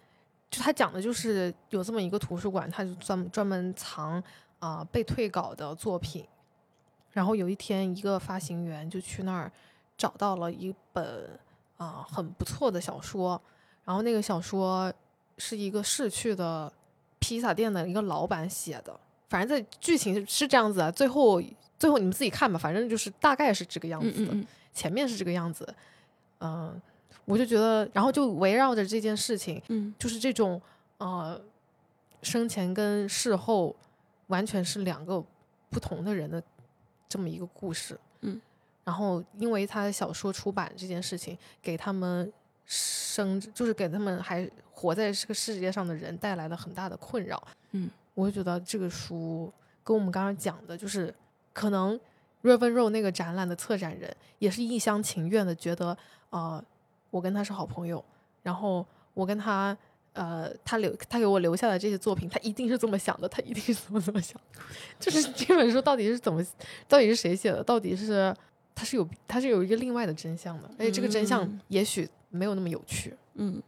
Speaker 1: 就他讲的就是有这么一个图书馆，它就专专门藏啊、被退稿的作品。然后有一天，一个发行员就去那儿找到了一本啊、很不错的小说，然后那个小说是一个逝去的披萨店的一个老板写的，反正这剧情是这样子啊。最后，最后你们自己看吧，反正就是大概是这个样
Speaker 2: 嗯
Speaker 1: 子
Speaker 2: 嗯
Speaker 1: 的，
Speaker 2: 嗯，
Speaker 1: 前面是这个样子。嗯、我就觉得，然后就围绕着这件事情，
Speaker 2: 嗯
Speaker 1: 就是这种呃，生前跟事后完全是两个不同的人的这么一个故事。
Speaker 2: 嗯，
Speaker 1: 然后因为他的小说出版这件事情，给他们生就是给他们还活在这个世界上的人带来了很大的困扰。
Speaker 2: 嗯，
Speaker 1: 我就觉得这个书跟我们刚刚讲的，就是可能 Raven Row 那个展览的策展人也是一厢情愿的觉得，呃，我跟他是好朋友，然后我跟他。呃，他留他给我留下的这些作品，他一定是这么想的，他一定是这么这 么想的，就是这本书到底是怎么，到底是谁写的，到底是它是有它是有一个另外的真相的，而且这个真相
Speaker 2: 嗯
Speaker 1: 也许没有那么有趣，
Speaker 2: 嗯，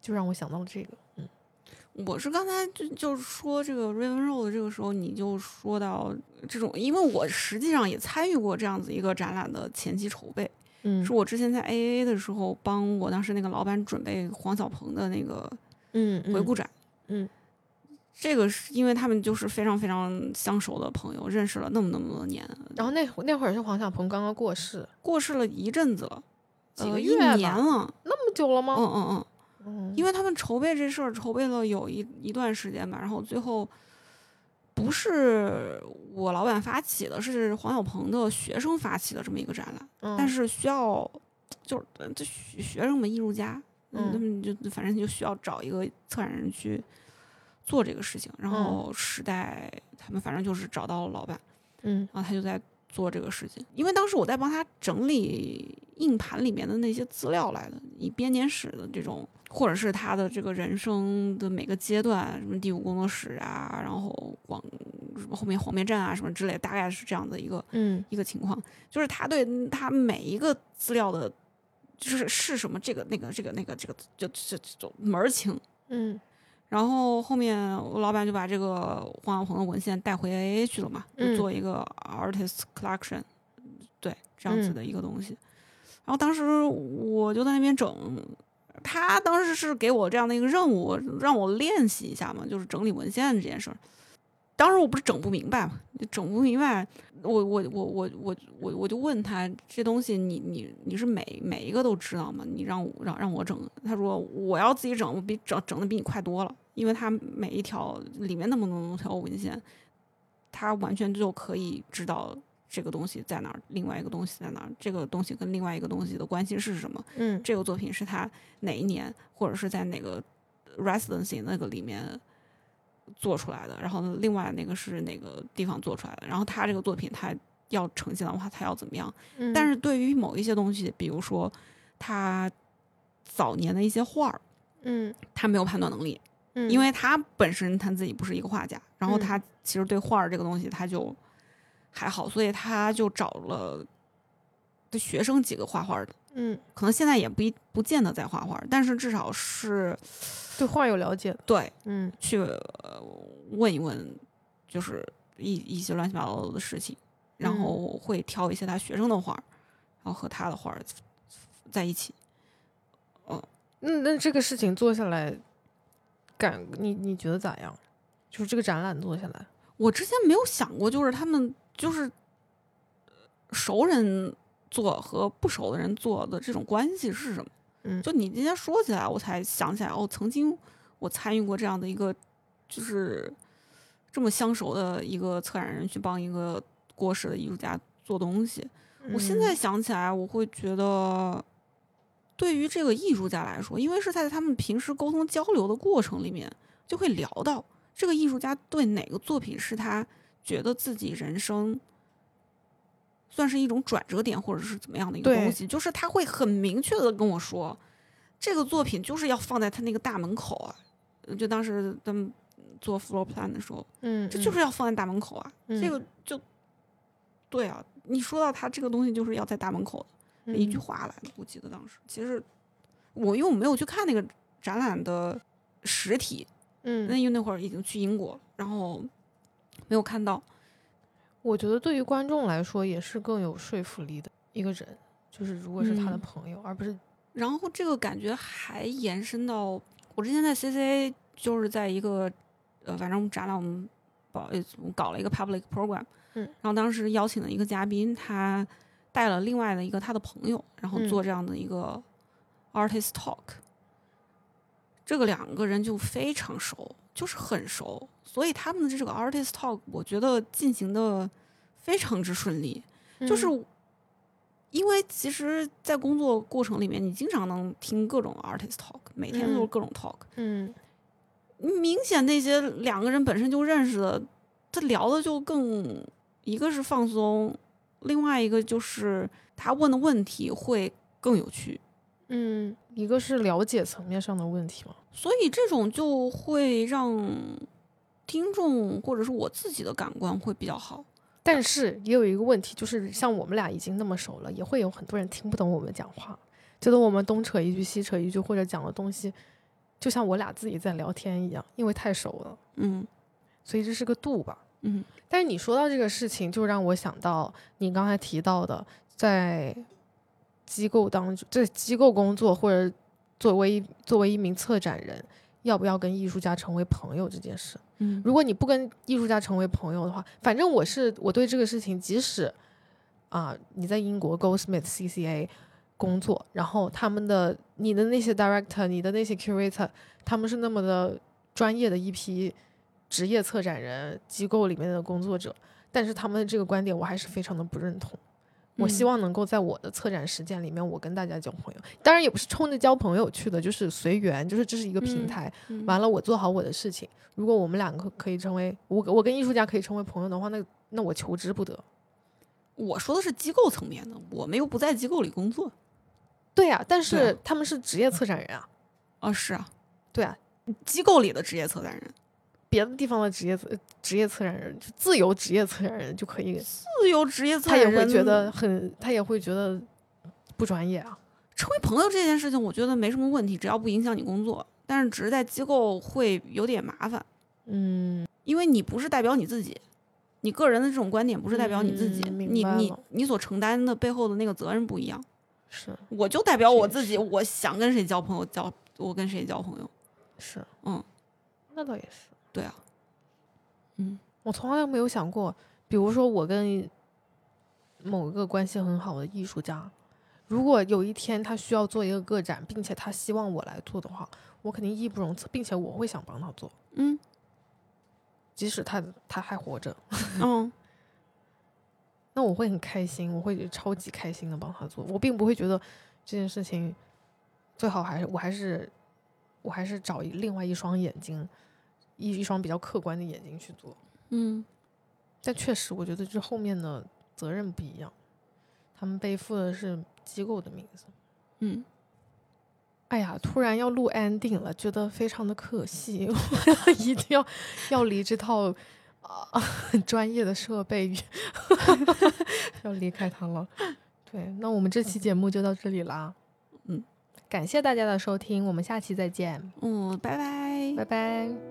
Speaker 1: 就让我想到了这个，嗯
Speaker 2: 我是刚才就就是说这个 Raven Road 的这个时候，你就说到这种，因为我实际上也参与过这样子一个展览的前期筹备，
Speaker 1: 嗯
Speaker 2: 是我之前在 AAA 的时候帮我当时那个老板准备黄小鹏的那个
Speaker 1: 嗯
Speaker 2: 回顾展。
Speaker 1: 嗯
Speaker 2: 这个是因为他们就是非常非常相熟的朋友，认识了那么那么多年，
Speaker 1: 然后那会那会儿是黄小鹏刚刚过世，
Speaker 2: 过世了一阵子了，
Speaker 1: 几个
Speaker 2: 呃
Speaker 1: 月吧
Speaker 2: 一年了，
Speaker 1: 那么久了
Speaker 2: 嗯
Speaker 1: 吗？
Speaker 2: 嗯嗯，
Speaker 1: 嗯，
Speaker 2: 因
Speaker 1: 哦为
Speaker 2: 为他们筹备这事儿筹备了有一一段时间吧，然后最后不是我老板发起的，是黄小鹏的学生发起的这么一个展览，
Speaker 1: 嗯
Speaker 2: 但是需要就是呃这学学生们艺术家，
Speaker 1: 嗯
Speaker 2: 他们就反正就需要找一个策展人去做这个事情，然
Speaker 1: 嗯
Speaker 2: 后时代他们反正就是找到了老板。
Speaker 1: 嗯
Speaker 2: 然后他就在做这个事情。因为当时我在帮他整理硬盘里面的那些资料来的，以编年史的这种，或者是他的这个人生的每个阶段，什么第五工作室啊，然后广什么后面黄梅站啊什么之类，大概是这样的一个
Speaker 1: 嗯
Speaker 2: 一个情况，就是他对他每一个资料的。就是是什么这个那个这个那个这个就就这种门儿清，
Speaker 1: 嗯
Speaker 2: 然后后面我老板就把这个黄小鹏的文献带回 AA 去了嘛，
Speaker 1: 嗯
Speaker 2: 就做一个 artist collection，对，这样子
Speaker 1: 嗯
Speaker 2: 的一个东西。然后当时我就在那边整，他当时是给我这样的一个任务，让我练习一下嘛，就是整理文献这件事儿。当时我不是整不明白嘛，整不明白，我我我我我我我就问他这东西你你你是每每一个都知道吗？你让我让让我整，他说我要自己整，我比整整的比你快多了，因为他每一条里面那么多条文献，他完全就可以知道这个东西在哪儿，另外一个东西在哪儿，这个东西跟另外一个东西的关系是什么，
Speaker 1: 嗯
Speaker 2: 这个作品是他哪一年或者是在哪个 residency 那个里面做出来的，然后另外那个是哪个地方做出来的，然后他这个作品他要呈现的话，他要怎么样？
Speaker 1: 嗯，
Speaker 2: 但是对于某一些东西，比如说他早年的一些画儿，
Speaker 1: 嗯
Speaker 2: 他没有判断能力，
Speaker 1: 嗯，
Speaker 2: 因为他本身他自己不是一个画家，然后
Speaker 1: 嗯
Speaker 2: 他其实对画儿这个东西他就还好，所以他就找了的学生几个画画的，
Speaker 1: 嗯
Speaker 2: 可能现在也不一不见得在画画，但是至少是
Speaker 1: 对画有了解的，
Speaker 2: 对
Speaker 1: 嗯
Speaker 2: 去、呃问一问，就是一一些乱七八糟的事情，然
Speaker 1: 嗯
Speaker 2: 后会挑一些他学生的画儿，然后和他的画儿在一起。
Speaker 1: 那那这个事情做下来，感你你觉得咋样？就是这个展览做下来，
Speaker 2: 我之前没有想过，就是他们就是呃熟人做和不熟的人做的这种关系是什么。
Speaker 1: 嗯
Speaker 2: 就你今天说起来，我才想起来，哦，曾经我参与过这样的一个，就是这么相熟的一个策展人去帮一个过世的艺术家做东西。我现
Speaker 1: 嗯
Speaker 2: 在想起来，我会觉得，对于这个艺术家来说，因为是在他们平时沟通交流的过程里面，就会聊到这个艺术家对哪个作品是他觉得自己人生算是一种转折点，或者是怎么样的一个
Speaker 1: 对
Speaker 2: 东西，就是他会很明确的跟我说，这个作品就是要放在他那个大门口啊。就当时他们做 floor plan 的时候，
Speaker 1: 嗯，
Speaker 2: 这就
Speaker 1: 嗯
Speaker 2: 是要放在大门口啊，
Speaker 1: 嗯
Speaker 2: 这个就对啊。你说到他这个东西就是要在大门口的一句
Speaker 1: 嗯
Speaker 2: 话来的，我记得当时其实我因为我没有去看那个展览的实体，那
Speaker 1: 嗯，
Speaker 2: 因为那会儿已经去英国了，然后没有看到。
Speaker 1: 我觉得对于观众来说也是更有说服力的一个人，就是如果是他的
Speaker 2: 嗯
Speaker 1: 朋友，而不是
Speaker 2: 然后这个感觉还延伸到我之前在 CCA，就是在一个呃，反正我们展览我们搞呃搞了一个 public program，
Speaker 1: 嗯
Speaker 2: 然后当时邀请了一个嘉宾，他带了另外的一个他的朋友，然后
Speaker 1: 嗯
Speaker 2: 做这样的一个 artist talk，、这个两个人就非常熟，就是很熟，所以他们的这个 artist talk，我觉得进行的非常之顺利，就是
Speaker 1: 嗯
Speaker 2: 因为其实，在工作过程里面，你经常能听各种 artist talk，每天都是
Speaker 1: 嗯
Speaker 2: 各种 talk。
Speaker 1: 嗯
Speaker 2: 明显那些两个人本身就认识的，他聊的就更一个是放松，另外一个就是他问的问题会更有趣。
Speaker 1: 嗯，一个是了解层面上的问题嘛，
Speaker 2: 所以这种就会让听众或者是我自己的感官会比较好。
Speaker 1: 但是也有一个问题，就是像我们俩已经那么熟了，也会有很多人听不懂我们讲话，觉得我们东扯一句西扯一句，或者讲的东西就像我俩自己在聊天一样，因为太熟了，
Speaker 2: 嗯
Speaker 1: 所以这是个度吧。
Speaker 2: 嗯
Speaker 1: 但是你说到这个事情，就让我想到你刚才提到的，在机构当中，在机构工作或者作为一作为一名策展人，要不要跟艺术家成为朋友这件事。
Speaker 2: 嗯
Speaker 1: 如果你不跟艺术家成为朋友的话，反正我是我对这个事情，即使啊、你在英国 Goldsmith CCA 工作，然后他们的你的那些 director，你的那些 curator，他们是那么的专业的一批职业策展人机构里面的工作者，但是他们的这个观点我还是非常的不认同。我希
Speaker 2: 嗯
Speaker 1: 望能够在我的策展实践里面，我跟大家交朋友，当然也不是冲着交朋友去的，就是随缘，就是这是一个平
Speaker 2: 嗯
Speaker 1: 台，
Speaker 2: 嗯
Speaker 1: 完了，我做好我的事情。如果我们两个可以成为我，我跟艺术家可以成为朋友的话，那那我求之不得。
Speaker 2: 我说的是机构层面的，我们又不在机构里工作。
Speaker 1: 对啊，但
Speaker 2: 对啊
Speaker 1: 是他们是职业策展人啊，
Speaker 2: 啊，是啊，
Speaker 1: 对啊，
Speaker 2: 机构里的职业策展人。
Speaker 1: 别的地方的职业策呃职业策展人，就自由职业策展人就可以，
Speaker 2: 自由职业策
Speaker 1: 他
Speaker 2: 展
Speaker 1: 也
Speaker 2: 人
Speaker 1: 会觉得很，他也会觉得不专业啊。
Speaker 2: 成为朋友这件事情，我觉得没什么问题，只要不影响你工作。但是只是在机构会有点麻烦，
Speaker 1: 嗯，
Speaker 2: 因为你不是代表你自己，你个人的这种观点不是代表你自己，
Speaker 1: 嗯明
Speaker 2: 你
Speaker 1: 白
Speaker 2: 你
Speaker 1: 了
Speaker 2: 你所承担的背后的那个责任不一样。
Speaker 1: 是
Speaker 2: 我就代表我自己，
Speaker 1: 确实
Speaker 2: 我想跟谁交朋友交，我跟谁交朋友。
Speaker 1: 是，
Speaker 2: 嗯，
Speaker 1: 那倒也是。
Speaker 2: 对啊，嗯
Speaker 1: 我从来没有想过，比如说我跟某一个关系很好的艺术家，如果有一天他需要做一个个展，并且他希望我来做的话，我肯定义不容辞，并且我会想帮他做，
Speaker 2: 嗯
Speaker 1: 即使他他还活着，
Speaker 2: 嗯
Speaker 1: 那我会很开心，我会超级开心的帮他做，我并不会觉得这件事情最好还是我还是我还是找一另外一双眼睛，一一双比较客观的眼睛去做。
Speaker 2: 嗯，
Speaker 1: 但确实，我觉得这后面的责任不一样，他们背负的是机构的名字。
Speaker 2: 嗯，
Speaker 1: 哎呀，突然要录 ending 了，觉得非常的可惜， 我一定要要离这套啊专业的设备， 要离开它了。对，那我们这期节目就到这里啦。
Speaker 2: 嗯，
Speaker 1: 感谢大家的收听，我们下期再见，
Speaker 2: 嗯，拜拜
Speaker 1: 拜拜。